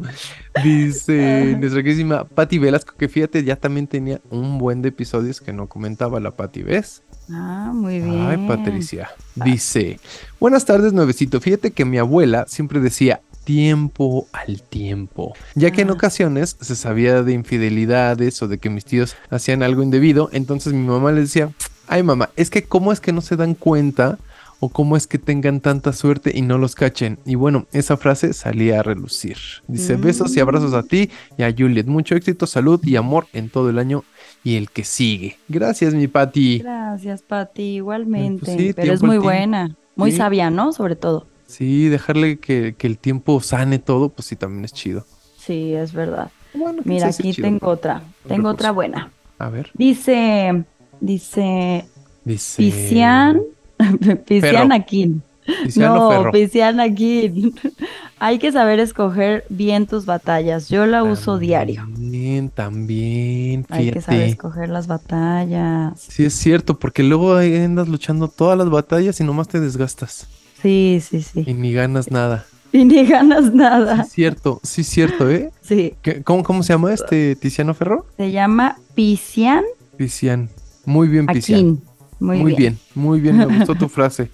S2: Ah.
S1: Dice nuestra queridísima Patti Velasco, que fíjate, ya también tenía un buen de episodios que no comentaba la Patti, ¿ves?
S2: Ah, muy bien.
S1: Ay, Patricia. Dice, buenas tardes, nuevecito. Fíjate que mi abuela siempre decía tiempo al tiempo, ya que en
S2: Ah.
S1: ocasiones se sabía de infidelidades o de que mis tíos hacían algo indebido, entonces mi mamá le decía, ay mamá, es que cómo es que no se dan cuenta o cómo es que tengan tanta suerte y no los cachen. Y bueno, esa frase salía a relucir. Dice, besos y abrazos a ti y a Juliet, mucho éxito, salud y amor en todo el año y el que sigue. Gracias, mi Pati.
S2: Gracias, Pati, igualmente.
S1: pues sí,
S2: Pero es
S1: tiempo al
S2: muy
S1: tiempo.
S2: buena, muy
S1: Sí.
S2: sabia, ¿no? Sobre todo.
S1: Sí, dejarle que, que el tiempo sane todo, pues sí, también es chido.
S2: Sí, es verdad.
S1: Bueno, quién
S2: Mira,
S1: sabe si es
S2: aquí
S1: chido,
S2: tengo
S1: ¿no?
S2: otra. Tengo
S1: recurso.
S2: otra buena.
S1: A ver,
S2: Dice, dice,
S1: dice.
S2: Pisian, Pisian Aquín.
S1: Tiziano
S2: no,
S1: Ferro.
S2: Pisian Aquín. Hay que saber escoger bien tus batallas. Yo
S1: Ah,
S2: la uso diario.
S1: También, también.
S2: Hay que saber
S1: Fíjate.
S2: escoger las batallas.
S1: Sí, es cierto, porque luego ahí andas luchando todas las batallas y nomás te desgastas
S2: Sí, sí, sí.
S1: y ni ganas nada.
S2: Y ni ganas
S1: Sí,
S2: nada.
S1: es cierto, sí, es cierto, ¿eh?
S2: Sí.
S1: ¿Qué- cómo, cómo se llama este Tiziano Ferro?
S2: Se llama Pisian
S1: Pisian. Muy bien, Pisian.
S2: Aquín. Muy,
S1: Muy
S2: bien.
S1: bien. muy bien, me gustó tu frase.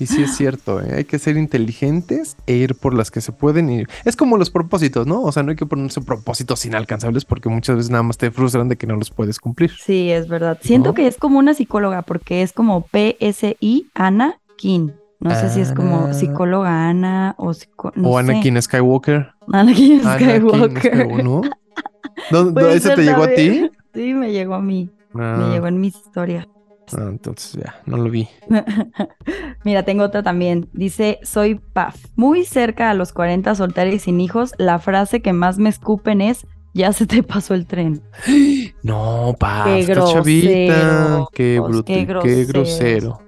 S1: Y sí es cierto, ¿eh? hay que ser inteligentes e ir por las que se pueden ir. Es como los propósitos, ¿no? O sea, no hay que ponerse propósitos inalcanzables porque muchas veces nada más te frustran de que no los puedes cumplir.
S2: Sí, es verdad. Siento
S1: ¿No?
S2: que es como una psicóloga porque es como PSI Ana Kin. No sé si es como
S1: Ah.
S2: psicóloga Ana o psico no
S1: o
S2: sé.
S1: Anakin Skywalker.
S2: Anakin
S1: Anakin
S2: Skywalker.
S1: Skywalker, ¿no? ¿Dó- dó-
S2: Puede
S1: ¿Ese
S2: ser
S1: te llegó a ti?
S2: también. Sí, me llegó a mí.
S1: Ah,
S2: Me llegó en mis historias.
S1: ah, entonces ya, no lo vi.
S2: Mira, tengo otra también. Dice, soy Paf. Muy cerca a los 40 soltera y sin hijos, la frase que más me escupen es, ya se te pasó el tren.
S1: No, pa,
S2: Qué
S1: estás chavita.
S2: groseros,
S1: Qué
S2: qué
S1: bruto, y qué
S2: groseros.
S1: grosero.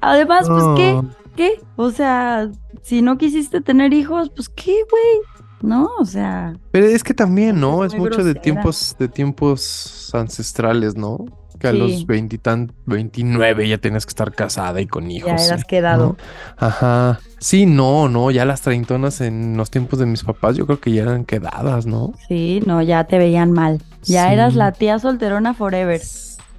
S2: Además, pues, ¿qué?
S1: No.
S2: ¿qué? O sea, si no quisiste tener hijos, pues qué, güey. No, o sea,
S1: Pero es que también, ¿no?
S2: Es
S1: Es
S2: muy
S1: mucho de
S2: grosera.
S1: tiempos, de tiempos ancestrales, ¿no? que a
S2: Sí.
S1: los veintitan, veintinueve ya tenías que estar casada y con hijos.
S2: Ya eras
S1: ¿eh?
S2: quedado.
S1: Ajá. Sí, no, no, ya las treintonas en los tiempos de mis papás yo creo que ya eran quedadas, ¿no?
S2: Sí, no, ya te veían mal. Ya eras
S1: Sí.
S2: la tía solterona forever.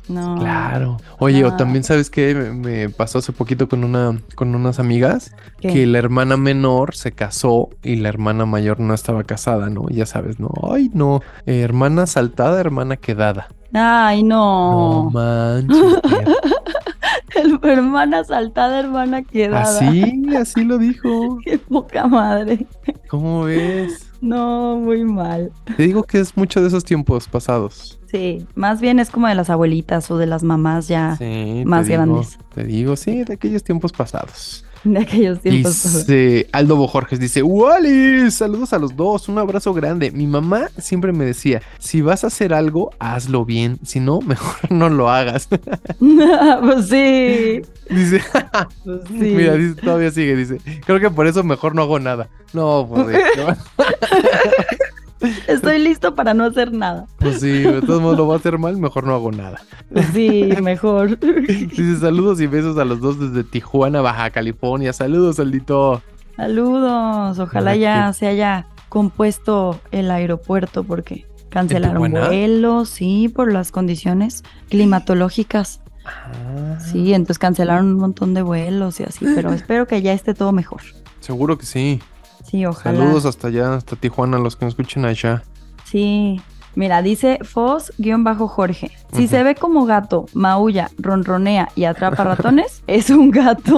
S2: No.
S1: Claro. Oye, o
S2: Ah.
S1: también sabes que me pasó hace poquito con una, con unas amigas
S2: ¿qué?
S1: que la hermana menor se casó y la hermana mayor no estaba casada, ¿no? Ya sabes, ¿no? Ay, no. Eh, hermana saltada, hermana quedada.
S2: Ay,
S1: No
S2: no.
S1: manches. Fer.
S2: El- hermana saltada, hermana quedada.
S1: ¿Ah, así, así lo dijo.
S2: Qué poca madre.
S1: ¿Cómo ves?
S2: No, muy mal.
S1: Te digo que es mucho de esos tiempos pasados.
S2: Sí, más bien es como de las abuelitas o de las mamás ya
S1: Sí, te
S2: Ah, más
S1: digo,
S2: grandes.
S1: Te digo, sí, de aquellos tiempos pasados.
S2: de aquellos tiempos.
S1: Dice Aldo Bojorges, dice, Wally, saludos a los dos, un abrazo grande. Mi mamá siempre me decía, si vas a hacer algo, hazlo bien, si no, mejor no lo hagas.
S2: pues sí,
S1: dice,
S2: pues sí.
S1: mira, dice, todavía sigue, dice, creo que por eso mejor no hago nada. No, pues, de-
S2: Estoy listo para no hacer nada.
S1: pues sí, de todos modos lo va a hacer mal, mejor no hago nada.
S2: Pues sí, mejor.
S1: Dice, saludos y besos a los dos desde Tijuana, Baja California. Saludos, Aldito.
S2: Saludos. Ojalá
S1: Ahora
S2: ya se haya compuesto el aeropuerto porque cancelaron
S1: Tijuana?
S2: vuelos, sí, por las condiciones climatológicas.
S1: Ah.
S2: Sí, entonces cancelaron un montón de vuelos y así, pero espero que ya esté todo mejor.
S1: Seguro que sí.
S2: Sí, ojalá.
S1: Saludos hasta allá, hasta Tijuana, los que nos escuchen allá.
S2: Sí. Mira, dice Fos-Jorge. Si
S1: Ujú.
S2: se ve como gato, maulla, ronronea y atrapa ratones, es un gato.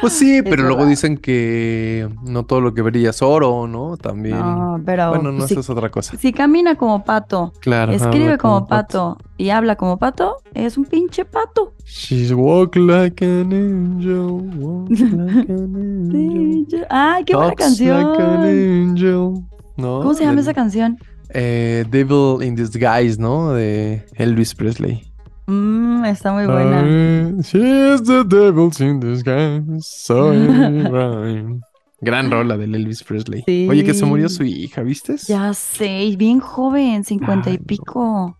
S1: Pues sí, pero luego
S2: verdad.
S1: dicen que no todo lo que brilla es oro, ¿no? También.
S2: no, pero
S1: bueno, no,
S2: si,
S1: eso es otra cosa.
S2: si camina como pato,
S1: Claro.
S2: escribe
S1: habla
S2: como, pato, y habla como pato, es un pinche pato.
S1: She's walk like an angel, walk like an angel.
S2: Sí, yo- Ay, qué buena
S1: talks Like an
S2: canción.
S1: angel. ¿No?
S2: ¿Cómo se llama
S1: Del-
S2: esa canción?
S1: Eh, Devil in Disguise, ¿no? De Elvis Presley.
S2: Mm, está muy buena.
S1: Ay, She's the devil in disguise, so it rhymes. Gran rola del Elvis Presley.
S2: Sí.
S1: Oye, que se murió su hija, ¿viste?
S2: Ya sé, y bien joven, cincuenta y
S1: Ay, Ah, no.
S2: pico.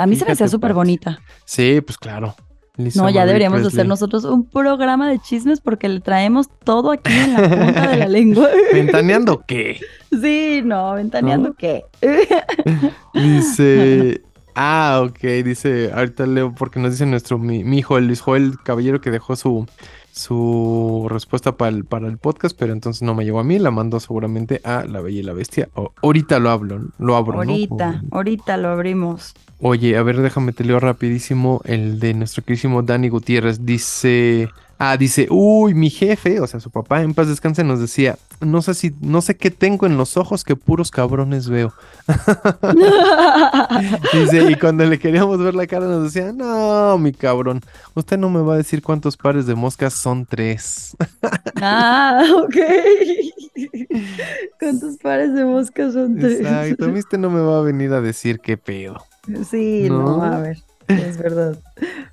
S2: A mí se me hacía súper
S1: bonito
S2: bonita.
S1: pues. Sí, pues claro. Lisa
S2: No, ya
S1: Marie
S2: deberíamos
S1: Presley.
S2: hacer nosotros un programa de chismes porque le traemos todo aquí en la punta de la lengua.
S1: ¿Ventaneando qué?
S2: Sí, no, ventaneando
S1: ¿No?
S2: qué.
S1: Dice. Ah, ok, dice. Ahorita leo porque nos dice nuestro mi, mi hijo, el Luis Joel Caballero, que dejó su, su respuesta para el, para el podcast, pero entonces no me llegó a mí. La mandó seguramente a La Bella y la Bestia. O- ahorita lo hablo, lo abro. ¿no?
S2: ahorita, ahorita lo abrimos.
S1: Oye, a ver, déjame te leo rapidísimo el de nuestro queridísimo Dani Gutiérrez. Dice, ah, dice, uy, mi jefe, o sea, su papá, en paz descanse, nos decía, no sé si, no sé qué tengo en los ojos que puros cabrones veo. Dice, y cuando le queríamos ver la cara nos decía, no, mi cabrón, usted no me va a decir cuántos pares de moscas son tres.
S2: ah, ok. ¿Cuántos pares de moscas son tres?
S1: Exacto, a mí usted no me va a venir a decir qué pedo.
S2: Sí, no.
S1: No.
S2: a ver, es verdad.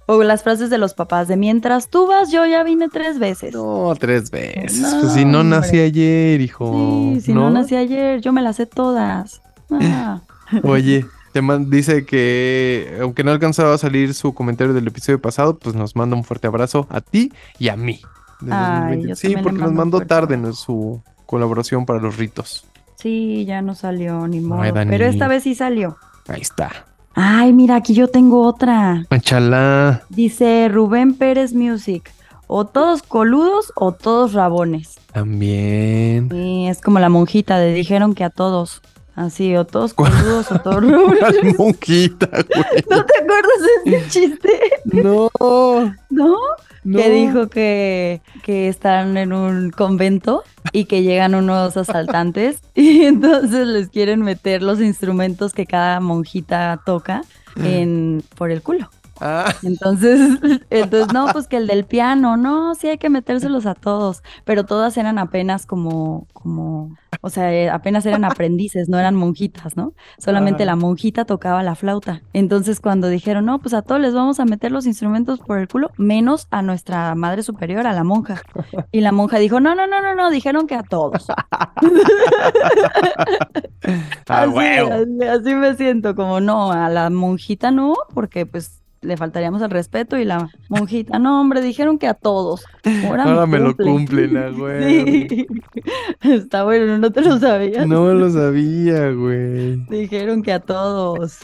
S2: O las frases de los papás de mientras tú vas, yo ya vine tres veces.
S1: No, tres veces.
S2: No,
S1: Pues si no nací
S2: hombre.
S1: ayer, hijo.
S2: sí, si no nací ayer, yo me las sé todas. Ah.
S1: Oye, te man- dice que aunque no alcanzaba a salir su comentario del episodio pasado, pues nos manda un fuerte abrazo a ti y a mí. Desde el
S2: Ay,
S1: 2020.
S2: yo
S1: sí,
S2: también le
S1: porque nos
S2: mando un
S1: mandó
S2: fuerte
S1: tarde
S2: abrazo.
S1: ¿no? su colaboración para los ritos.
S2: Sí, ya no salió, ni modo.
S1: Ay, Dani.
S2: Pero esta vez sí salió.
S1: Ahí está.
S2: Ay, mira, aquí yo tengo otra.
S1: Machalá.
S2: Dice Rubén Pérez Music. O todos coludos o todos rabones.
S1: También.
S2: Sí, es como la monjita de dijeron que a todos. Así, o todos coludos o todos rabones.
S1: Las monjita, güey.
S2: ¿No te acuerdas de ese chiste?
S1: No,
S2: ¿No?
S1: no.
S2: Que dijo que, que están en un convento y que llegan unos asaltantes y entonces les quieren meter los instrumentos que cada monjita toca en, por el culo.
S1: Ah,
S2: Entonces, entonces, no, pues que el del piano, no, sí hay que metérselos a todos, pero todas eran apenas como, como O sea, eh, apenas eran aprendices, no eran monjitas, ¿no? Solamente la monjita tocaba la flauta. Entonces, cuando dijeron, no, pues a todos les vamos a meter los instrumentos por el culo, menos a nuestra madre superior, a la monja. Y la monja dijo, no, no, no, no, no, dijeron que a todos.
S1: Ah,
S2: así,
S1: huevo.
S2: así- así me siento, como no, a la monjita no, porque pues le faltaríamos el respeto y la monjita, no, hombre, dijeron que a todos. Ahora,
S1: Ahora me lo
S2: cumplen.
S1: cumplen, ah, güey.
S2: Sí. Está bueno, no te lo sabías.
S1: No lo sabía, güey.
S2: Dijeron que a todos,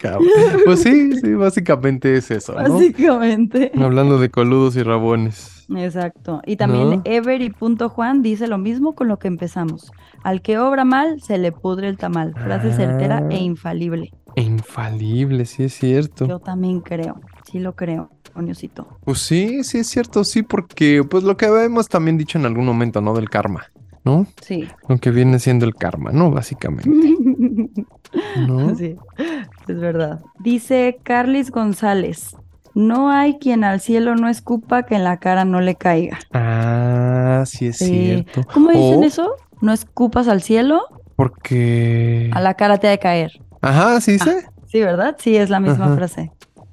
S1: Cabrón. Pues sí, sí, básicamente es eso, ¿no?
S2: básicamente.
S1: Hablando de coludos y rabones.
S2: Exacto. Y también
S1: No.
S2: Ever y Punto Juan dice lo mismo con lo que empezamos. Al que obra mal, se le pudre el tamal. Frase certera
S1: Ah.
S2: e infalible.
S1: E infalible, sí es cierto.
S2: Yo también creo, sí lo creo, Oniosito.
S1: Pues sí, sí es cierto, sí, porque pues lo que habíamos también dicho en algún momento, ¿no? Del karma, ¿no?
S2: Sí.
S1: Lo que viene siendo el karma, ¿no? Básicamente, ¿no?
S2: Sí, es verdad. Dice Carlis González, no hay quien al cielo no escupa que en la cara no le caiga.
S1: Ah, sí es
S2: Sí.
S1: cierto.
S2: ¿Cómo dicen
S1: O
S2: eso? No escupas al cielo,
S1: porque...
S2: a la cara te ha de caer.
S1: Ajá, sí dice.
S2: Sí, ¿verdad? Sí, es la misma
S1: Ajá.
S2: frase.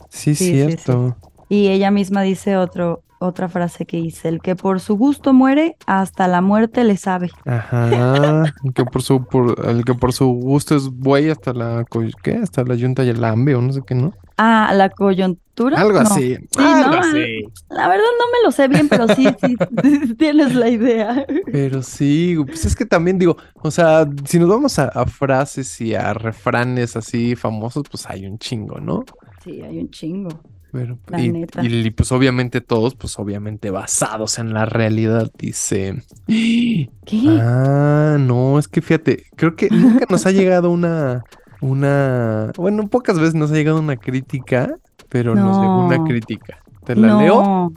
S1: Sí,
S2: Sí, sí,
S1: cierto.
S2: Y ella misma dice otro, otra frase que dice, el que por su gusto muere, hasta la muerte le sabe.
S1: Ajá. El que por su, por- el que por su gusto es buey hasta la... co- ¿Qué? Hasta la yunta y el ambe o no sé qué, ¿no?
S2: Ah, la coyuntura.
S1: Algo
S2: No.
S1: así.
S2: ¿no?
S1: Algo así.
S2: La verdad no me lo sé bien, pero sí, sí, sí, tienes la idea.
S1: Pero sí, güey, pues es que también digo, o sea, si nos vamos a, a frases y a refranes así famosos, pues hay un chingo, ¿no?
S2: Sí, hay un chingo.
S1: Pero,
S2: La
S1: y,
S2: neta.
S1: y pues obviamente todos, pues obviamente basados en la realidad, dice.
S2: ¿Qué?
S1: Ah, no, es que fíjate, creo que nunca nos ha llegado una, una, bueno, pocas veces nos ha llegado una crítica, pero nos llegó una
S2: No.
S1: crítica. ¿Te la leo?
S2: No.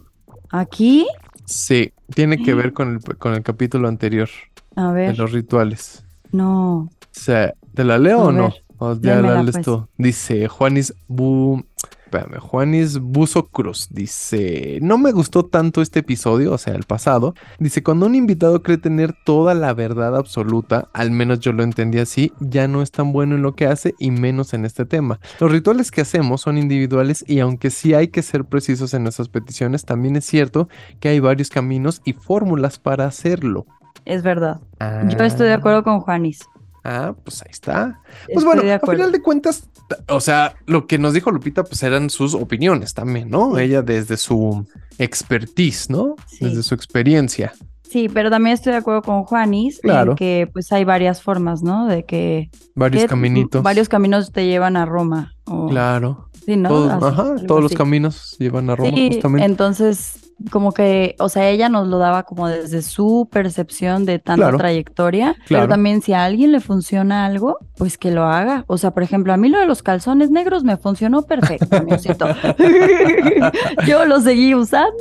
S2: ¿Aquí?
S1: Sí, tiene que ver con el, con el capítulo anterior
S2: A
S1: de
S2: ver.
S1: los rituales.
S2: No.
S1: O sea, ¿te la leo o
S2: A
S1: no?
S2: ver,
S1: O ya la
S2: léemela,
S1: lees
S2: pues.
S1: tú. Dice Juanis Bu... espérame, Juanis Buzo Cruz dice, no me gustó tanto este episodio, o sea, el pasado. Dice, cuando un invitado cree tener toda la verdad absoluta, al menos yo lo entendí así, ya no es tan bueno en lo que hace y menos en este tema. Los rituales que hacemos son individuales y aunque sí hay que ser precisos en nuestras peticiones, también es cierto que hay varios caminos y fórmulas para hacerlo.
S2: Es verdad. Yo estoy de acuerdo con Juanis.
S1: Ah, pues ahí está. Ah. Pues
S2: Estoy
S1: bueno,
S2: de
S1: al
S2: acuerdo.
S1: final de cuentas, t- o sea, lo que nos dijo Lupita, pues eran sus opiniones también, ¿no? Ella desde su expertise, ¿no?
S2: Sí.
S1: Desde su experiencia.
S2: Sí, pero también estoy de acuerdo con Juanis
S1: Claro.
S2: en que pues hay varias formas, ¿no? De que
S1: Varios
S2: que
S1: caminitos.
S2: varios caminos te llevan a Roma. o-
S1: Claro.
S2: Sí, ¿no?
S1: Todos,
S2: Así,
S1: ajá,
S2: algo
S1: todos los
S2: así.
S1: caminos llevan a Roma,
S2: Sí,
S1: justamente.
S2: entonces como que, o sea, ella nos lo daba como desde su percepción de tanta
S1: Claro.
S2: trayectoria,
S1: Claro.
S2: pero también si a alguien le funciona algo, pues que lo haga. O sea, por ejemplo, a mí lo de los calzones negros me funcionó perfecto, Niosito. Yo lo seguí usando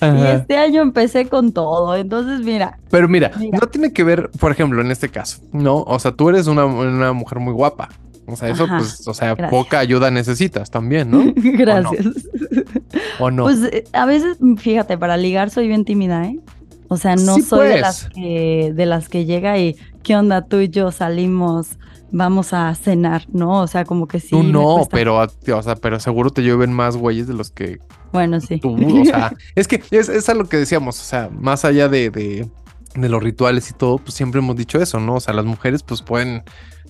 S2: y
S1: Ajá.
S2: este año empecé con todo. Entonces, mira,
S1: Pero mira,
S2: Mira.
S1: no tiene que ver, por ejemplo, en este caso, ¿no? O sea, tú eres una, una mujer muy guapa. O sea, eso,
S2: Ajá,
S1: pues, o sea,
S2: gracias.
S1: poca ayuda necesitas también, ¿no?
S2: gracias.
S1: ¿O no?
S2: Pues eh, a veces, fíjate, para ligar soy bien tímida, ¿eh? O sea, no
S1: Sí,
S2: soy de
S1: pues.
S2: las que de las que llega y qué onda tú y yo salimos, vamos a cenar, ¿no? O sea, como que sí.
S1: tú
S2: me
S1: no,
S2: cuesta.
S1: pero, a ti- o sea, pero seguro te llueven más güeyes de los que
S2: Bueno, sí.
S1: tú, o sea, es que es, es a lo que decíamos, o sea, más allá de, de- de los rituales y todo, pues siempre hemos dicho eso, ¿no? O sea, las mujeres pues pueden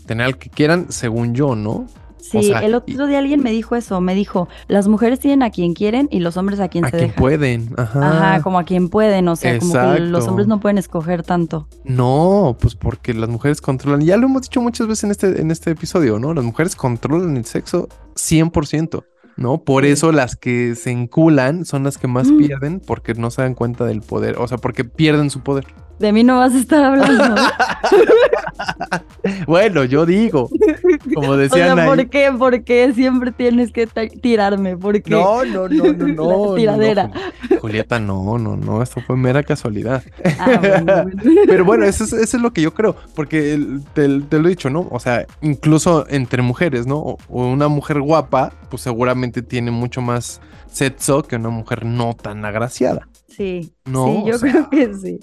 S1: tener al que quieran, según yo, ¿no?
S2: sí,
S1: o sea,
S2: el otro día alguien me dijo eso, me dijo, las mujeres tienen a quien quieren y los hombres a quien
S1: A
S2: se
S1: quien
S2: dejan.
S1: pueden, ajá.
S2: Ajá, como a quien pueden, o sea, como que los
S1: Exacto.
S2: hombres no pueden escoger tanto.
S1: No, pues porque las mujeres controlan, ya lo hemos dicho muchas veces en este, en este episodio, ¿no? Las mujeres controlan el sexo 100%. ¿No? Por
S2: Sí.
S1: eso las que se enculan son las que más
S2: Mm.
S1: pierden porque no se dan cuenta del poder, o sea, porque pierden su poder.
S2: De mí no vas a estar hablando.
S1: Bueno, yo digo, como
S2: o sea,
S1: decían ahí.
S2: ¿por qué? ¿Por qué siempre tienes que ta- tirarme? ¿Por qué?
S1: No, no, no, no, no. no, no,
S2: tiradera.
S1: Jul- Julieta, no, no, no, esto fue mera casualidad.
S2: Ah, bueno, bueno.
S1: Pero bueno, eso es, eso es lo que yo creo, porque el- te, te lo he dicho, ¿no? O sea, incluso entre mujeres, ¿no? O, o una mujer guapa, pues seguramente tiene mucho más sexo que una mujer no tan agraciada,
S2: Sí,
S1: No,
S2: sí,
S1: o
S2: yo
S1: sea,
S2: creo que sí.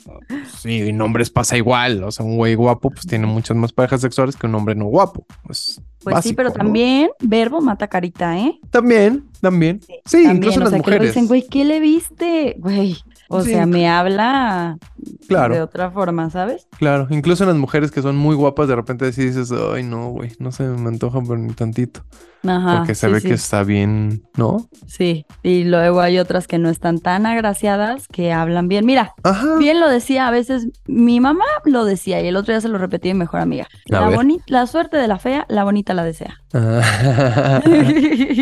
S1: Sí, en hombres pasa igual. O sea, un güey guapo pues tiene muchas más parejas sexuales que un hombre no guapo. Pues,
S2: Pues sí,
S1: básico,
S2: pero
S1: ¿no?
S2: también verbo mata carita, ¿eh?
S1: También, también. Sí,
S2: También,
S1: incluso
S2: o
S1: las
S2: sea, que luego
S1: mujeres.
S2: dicen, güey, ¿qué le viste? Güey, o
S1: Sí,
S2: sea,
S1: inc-
S2: me habla de
S1: Claro,
S2: otra forma, ¿sabes?
S1: claro. Incluso las mujeres que son muy guapas, de repente sí dices, ay, no, güey, no se me antoja por ni tantito.
S2: Ajá,
S1: Porque se
S2: Ah, sí,
S1: ve
S2: sí,
S1: que está bien, ¿no?
S2: sí. Y luego hay otras que no están tan agraciadas que hablan bien. Mira,
S1: Ajá.
S2: bien lo decía a veces mi mamá lo decía y el otro día se lo repetí mi mejor amiga.
S1: A
S2: La
S1: ver.
S2: boni- la suerte de la fea, la bonita la desea.
S1: Ah,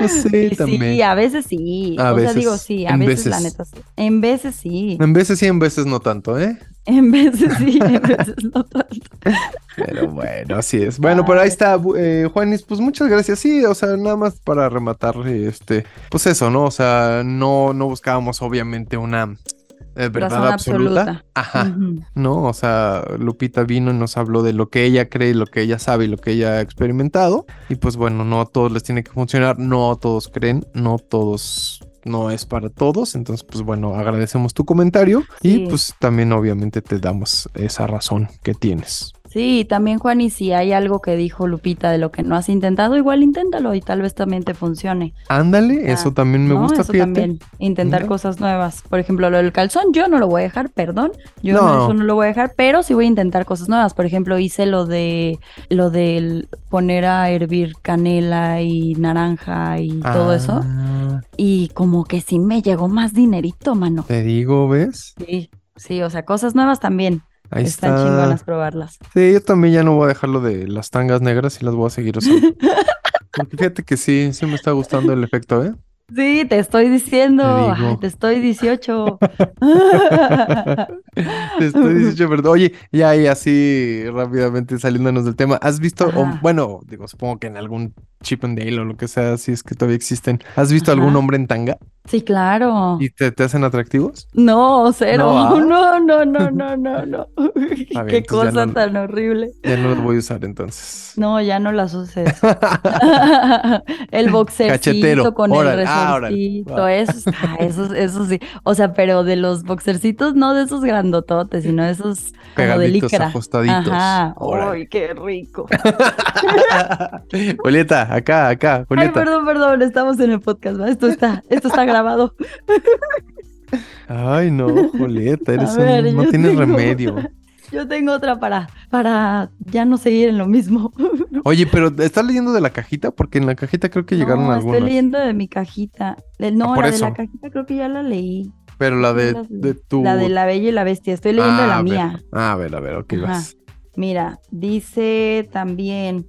S1: no sé,
S2: Y
S1: también.
S2: sí, a veces sí.
S1: A
S2: o
S1: veces,
S2: sea, digo sí, a
S1: en
S2: veces, la
S1: veces.
S2: neta sí. En veces sí.
S1: En veces sí, en veces no tanto, ¿eh?
S2: En veces sí, en veces no tanto.
S1: Pero bueno, así es. Bueno, pero ahí está, bu- eh, Juanis, pues muchas gracias. Sí, o sea, nada más para rematar, eh, este, pues eso, ¿no? O sea, no, no buscábamos obviamente una eh, verdad
S2: Razón
S1: absoluta.
S2: absoluta.
S1: Ajá.
S2: Ujú.
S1: ¿no? O sea, Lupita vino y nos habló de lo que ella cree, lo que ella sabe y lo que ella ha experimentado. Y pues bueno, no a todos les tiene que funcionar, no a todos creen, no todos, no es para todos. Entonces, pues bueno, agradecemos tu comentario
S2: Sí.
S1: y pues también obviamente te damos esa razón que tienes.
S2: Sí, y también Juan, y si hay algo que dijo Lupita de lo que no has intentado, igual inténtalo y tal vez también te funcione.
S1: Ándale,
S2: Ah,
S1: eso también me
S2: ¿no?
S1: gusta,
S2: Eso
S1: fíjate.
S2: también, intentar
S1: Mira.
S2: cosas nuevas. Por ejemplo, lo del calzón, yo no lo voy a dejar, perdón. Yo no.
S1: No.
S2: eso no lo voy a dejar, pero sí voy a intentar cosas nuevas. Por ejemplo, hice lo de lo del poner a hervir canela y naranja y todo eso.
S1: Ah,
S2: Y como que sí me llegó más dinerito, mano.
S1: Te digo, ¿ves?
S2: Sí, sí, o sea, cosas nuevas también.
S1: Ahí
S2: Están
S1: está.
S2: chingonas probarlas.
S1: Sí, yo también ya no voy a dejar lo de las tangas negras y las voy a seguir usando. Porque fíjate que sí, sí me está gustando el efecto, ¿eh?
S2: Sí, te estoy diciendo,
S1: Te
S2: ay,
S1: digo.
S2: te estoy 18.
S1: Te estoy diciendo, verdad. Oye, ya y así rápidamente saliéndonos del tema. ¿Has visto, o,
S2: Ajá.
S1: bueno, digo, supongo que en algún Chip and Dale o lo que sea, si es que todavía existen, ¿has visto algún
S2: Ajá.
S1: hombre en tanga
S2: Sí, claro.
S1: y te, te hacen atractivos?
S2: No, cero.
S1: ¿ah?
S2: No, no, no, no, no, no.
S1: A ver,
S2: Qué
S1: entonces ya
S2: cosa
S1: no-
S2: tan horrible.
S1: Ya no los voy a usar entonces.
S2: No, ya no las uses. el boxercito
S1: Cachetero,
S2: con
S1: órale,
S2: el
S1: ah, órale,
S2: resorcito,
S1: va.
S2: eso, está, eso, eso sí. O sea, pero de los boxercitos, no de esos grandototes, sino de esos como de
S1: Pegaditos,
S2: licra.
S1: ajustaditos.
S2: Ajá.
S1: Órale.
S2: Uy, qué rico.
S1: Julieta, acá, acá,
S2: Ay,
S1: Julieta.
S2: perdón, perdón, estamos en el podcast, ¿va? Esto está, esto está grabado.
S1: Ay, no, Julieta, eres
S2: A ver,
S1: un- no
S2: yo
S1: tienes
S2: tengo
S1: remedio.
S2: otra. Yo tengo otra para, para ya no seguir en lo mismo.
S1: Oye, pero ¿estás leyendo de la cajita? Porque en la cajita creo que llegaron
S2: no,
S1: algunas.
S2: estoy leyendo de mi cajita. Del- no,
S1: Ah, por
S2: la de
S1: eso.
S2: la cajita creo que ya la leí.
S1: Pero la de,
S2: las-
S1: de tu.
S2: La de la bella y la bestia. Estoy leyendo
S1: Ah,
S2: la
S1: a ver.
S2: mía.
S1: Ah, a ver, a ver, ok,
S2: Ajá.
S1: vas.
S2: Mira, dice también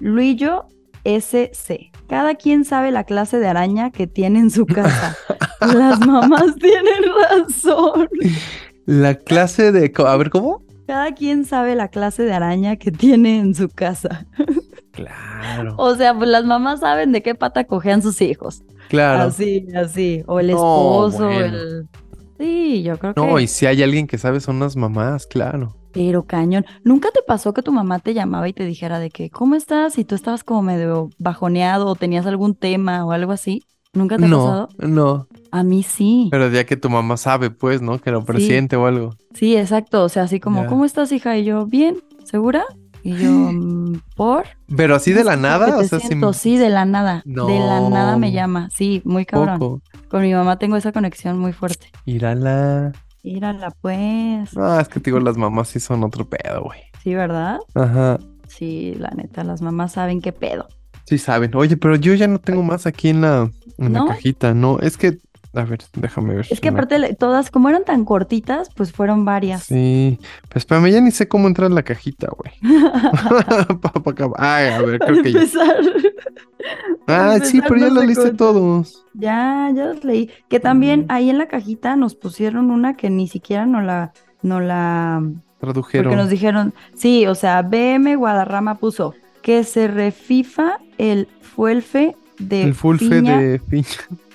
S2: Luillo SC. Cada quien sabe la clase de araña que tiene en su casa. Las mamás tienen razón.
S1: La clase de. co- A ver, ¿cómo?
S2: Cada quien sabe la clase de araña que tiene en su casa.
S1: Claro.
S2: O sea, pues las mamás saben de qué pata cojean sus hijos.
S1: Claro.
S2: Así, así. O el
S1: No,
S2: esposo,
S1: bueno.
S2: el... Sí, yo creo
S1: No,
S2: que...
S1: y si hay alguien que sabe, son las mamás, claro.
S2: Pero cañón, ¿nunca te pasó que tu mamá te llamaba y te dijera de que, ¿cómo estás? Y tú estabas como medio bajoneado o tenías algún tema o algo así. ¿Nunca te ha
S1: No,
S2: pasado?
S1: no.
S2: A mí sí.
S1: Pero ya que tu mamá sabe, pues, ¿no? Que lo
S2: Sí.
S1: presiente o algo.
S2: Sí, exacto. O sea, así como,
S1: Ya.
S2: ¿cómo estás, hija? Y yo, bien, ¿segura? Y yo, "Mm, ¿por?
S1: Pero así de
S2: Es
S1: la
S2: que
S1: nada,
S2: porque
S1: o
S2: te
S1: sea, sin
S2: siento, sí, de la nada. De la nada me
S1: No.
S2: llama. Sí, muy cabrón.
S1: poco.
S2: Con mi mamá tengo esa conexión muy fuerte.
S1: Írala.
S2: Írala, pues.
S1: No, es que te digo, las mamás sí son otro pedo, güey.
S2: Sí, ¿verdad?
S1: Ajá.
S2: Sí, la neta, las mamás saben qué pedo.
S1: Sí saben. Oye, pero yo ya no tengo más aquí en la, en
S2: ¿No?
S1: la cajita, ¿no? Es que, a ver, déjame ver.
S2: Es que
S1: una-
S2: aparte, le- todas, como eran tan cortitas, pues fueron varias.
S1: Sí, pues espérame, ya ni sé cómo entrar en la cajita, güey. Pa- pa' acá. Ay, a ver,
S2: Para
S1: creo que ya.
S2: empezar. para
S1: Ah, sí,
S2: empezar,
S1: pero ya
S2: no
S1: la
S2: se
S1: leíste
S2: cuenta.
S1: todos.
S2: Ya, ya las leí. Que también
S1: Mm.
S2: ahí en la cajita nos pusieron una que ni siquiera no la, no la, porque
S1: Tradujeron.
S2: nos dijeron, sí, o sea, BM Guadarrama puso que se refifa el fuelfe de
S1: El fulfe
S2: piña-
S1: de, fi-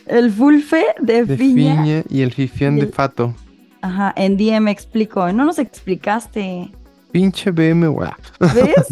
S2: el fulfe de,
S1: de
S2: piña.
S1: fiña y el jifián
S2: y
S1: de
S2: el-
S1: fato.
S2: Ajá, en DM explicó, no nos explicaste.
S1: Pinche BM, güey.
S2: ¿Ves?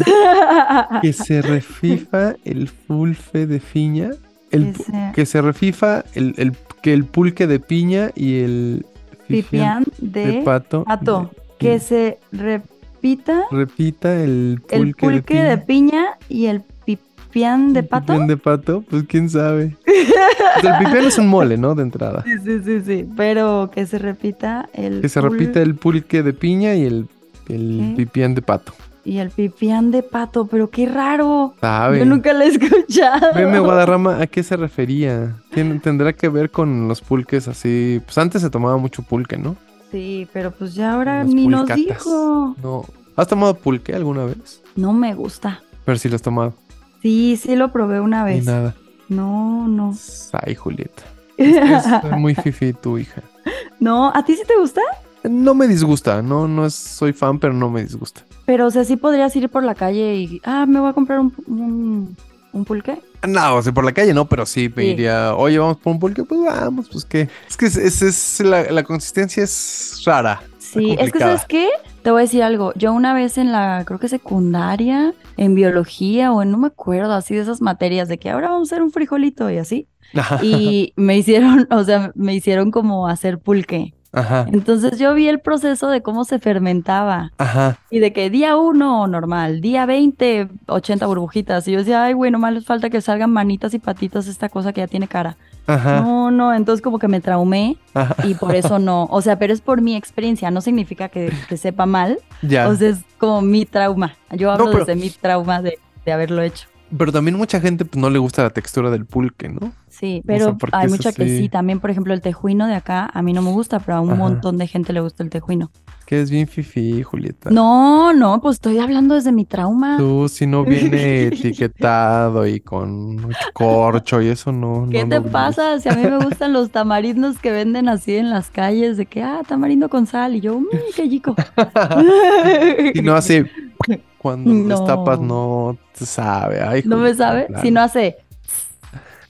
S1: Que se refifa el fulfe de fiña. El,
S2: Que se-
S1: que se refifa el, el- que el pulque de piña y el
S2: Pipián
S1: de,
S2: de
S1: pato.
S2: pato.
S1: de-
S2: Que se repita
S1: Repita el pulque,
S2: el pulque de
S1: de piña.
S2: piña y el pipián de pato.
S1: ¿Pipián de pato? Pues quién sabe. Pues el pipián es un mole, ¿no? De entrada.
S2: Sí, sí, sí, sí. Pero que se repita el
S1: Que se
S2: pul-
S1: repita el pulque de piña y el, el
S2: ¿Qué?
S1: pipián de pato.
S2: y el pipián de pato, pero qué raro.
S1: ¿Sabe?
S2: Yo nunca lo he escuchado.
S1: Meme Guadarrama, ¿a qué se refería? Tien- tendrá que ver con los pulques así. Pues antes se tomaba mucho pulque, ¿no?
S2: Sí, pero pues ya ahora
S1: Las
S2: ni nos
S1: pulcatas.
S2: dijo.
S1: No. ¿Has tomado pulque alguna vez?
S2: No me gusta.
S1: Pero sí lo has tomado.
S2: Sí, sí lo probé una
S1: Ni
S2: vez.
S1: nada.
S2: No, no.
S1: Ay, Julieta. Es muy fifi tu hija.
S2: no, ¿a ti sí te gusta?
S1: No me disgusta, no, no es, soy fan, pero no me disgusta.
S2: Pero, o sea, sí podrías ir por la calle y, ah, me voy a comprar un, un, un pulque.
S1: No, o sea, por la calle no, pero sí me
S2: Sí.
S1: diría, oye, vamos por un pulque, pues vamos, pues qué. Es que es, es- es la, la consistencia es rara.
S2: Sí, es que,
S1: complicada.
S2: ¿sabes qué? Te voy a decir algo. Yo una vez en la, creo que secundaria, en biología o en, no me acuerdo, así de esas materias de que ahora vamos a hacer un frijolito y así.
S1: Ajá,
S2: Y me hicieron, o sea, me hicieron como hacer pulque.
S1: ajá,
S2: Entonces yo vi el proceso de cómo se fermentaba.
S1: ajá.
S2: Y de que día uno, normal, día 20, 80 burbujitas. Y yo decía, ay, güey, nomás les falta que salgan manitas y patitas esta cosa que ya tiene cara.
S1: ajá,
S2: No, no, entonces como que me traumé
S1: ajá.
S2: y por eso no. O sea, pero es por mi experiencia, no significa que, que sepa mal.
S1: Ya.
S2: O sea, es como mi trauma. Yo hablo
S1: pero-
S2: desde mi trauma de, de haberlo hecho.
S1: Pero también mucha gente pues, no le gusta la textura del pulque, ¿no?
S2: Sí,
S1: sea,
S2: pero
S1: porque
S2: hay
S1: eso
S2: mucha que
S1: sí.
S2: sí. También, por ejemplo, el tejuino de acá, a mí no me gusta, pero a un
S1: Ajá.
S2: montón de gente le gusta el tejuino.
S1: Que es bien fifi, Julieta.
S2: No, no, pues estoy hablando desde mi trauma.
S1: Tú si no viene etiquetado y con mucho corcho y eso no.
S2: ¿Qué
S1: no
S2: te
S1: lo vi.
S2: pasa? Si a mí me gustan los tamarindos que venden así en las calles, de que, ah, tamarindo con sal, y yo, mmm, qué chico.
S1: Si no hace cuando lo
S2: No.
S1: destapas no te sabe. Ay,
S2: No me
S1: Julieta,
S2: sabe.
S1: claro.
S2: Si no hace,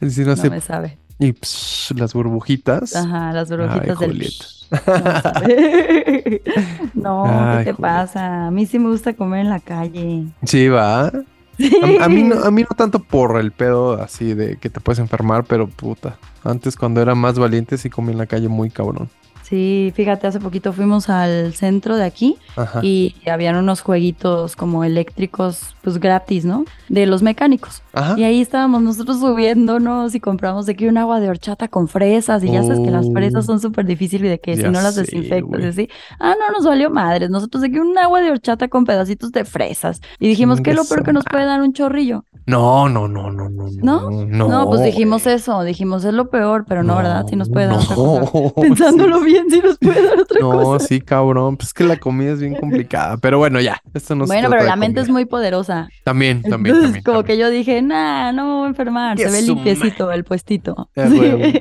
S1: Si no
S2: no
S1: hace
S2: me sabe.
S1: y psh, las burbujitas.
S2: Ajá, las burbujitas
S1: Ay,
S2: del.
S1: Julieta.
S2: No, me sabe. No,
S1: Ay,
S2: ¿qué te
S1: Julieta.
S2: pasa? A mí sí me gusta comer en la calle.
S1: Sí, va. A, a mí no, a mí no tanto por el pedo así de que te puedes enfermar, pero puta. Antes cuando era más valiente sí comía en la calle muy cabrón.
S2: Sí, fíjate, hace poquito fuimos al centro de aquí
S1: Ajá.
S2: y habían unos jueguitos como eléctricos, pues gratis, ¿no? De los mecánicos.
S1: Ajá.
S2: Y ahí estábamos nosotros subiéndonos y compramos de aquí un agua de horchata con fresas. Y ya sabes que las
S1: Oh.
S2: fresas son súper difíciles de que si
S1: Ya
S2: no las
S1: sé,
S2: desinfectas y
S1: güey.
S2: así. Ah, no, nos valió madres. Nosotros de aquí un agua de horchata con pedacitos de fresas. Y dijimos, ¿qué es lo
S1: Chingue
S2: peor
S1: su
S2: que nos puede dar un chorrillo?
S1: No, no, no, no, no,
S2: ¿No?
S1: no.
S2: No, pues
S1: güey.
S2: dijimos eso. Dijimos, es lo peor, pero no, ¿verdad? Si nos puede dar otra
S1: no,
S2: cosa.
S1: sí.
S2: Pensándolo bien, si nos puede dar otra
S1: No,
S2: cosa.
S1: sí, cabrón. Pues es que la comida es bien complicada. Pero bueno, ya. Esto no se
S2: bueno,
S1: trata
S2: pero
S1: de
S2: la mente es
S1: comida.
S2: muy poderosa.
S1: También, también,
S2: Entonces,
S1: también.
S2: como
S1: también.
S2: que yo dije, nah, no me voy a enfermar.
S1: Que
S2: Se ve
S1: su
S2: limpiecito el puestito.
S1: Ah,
S2: Sí.
S1: huevo.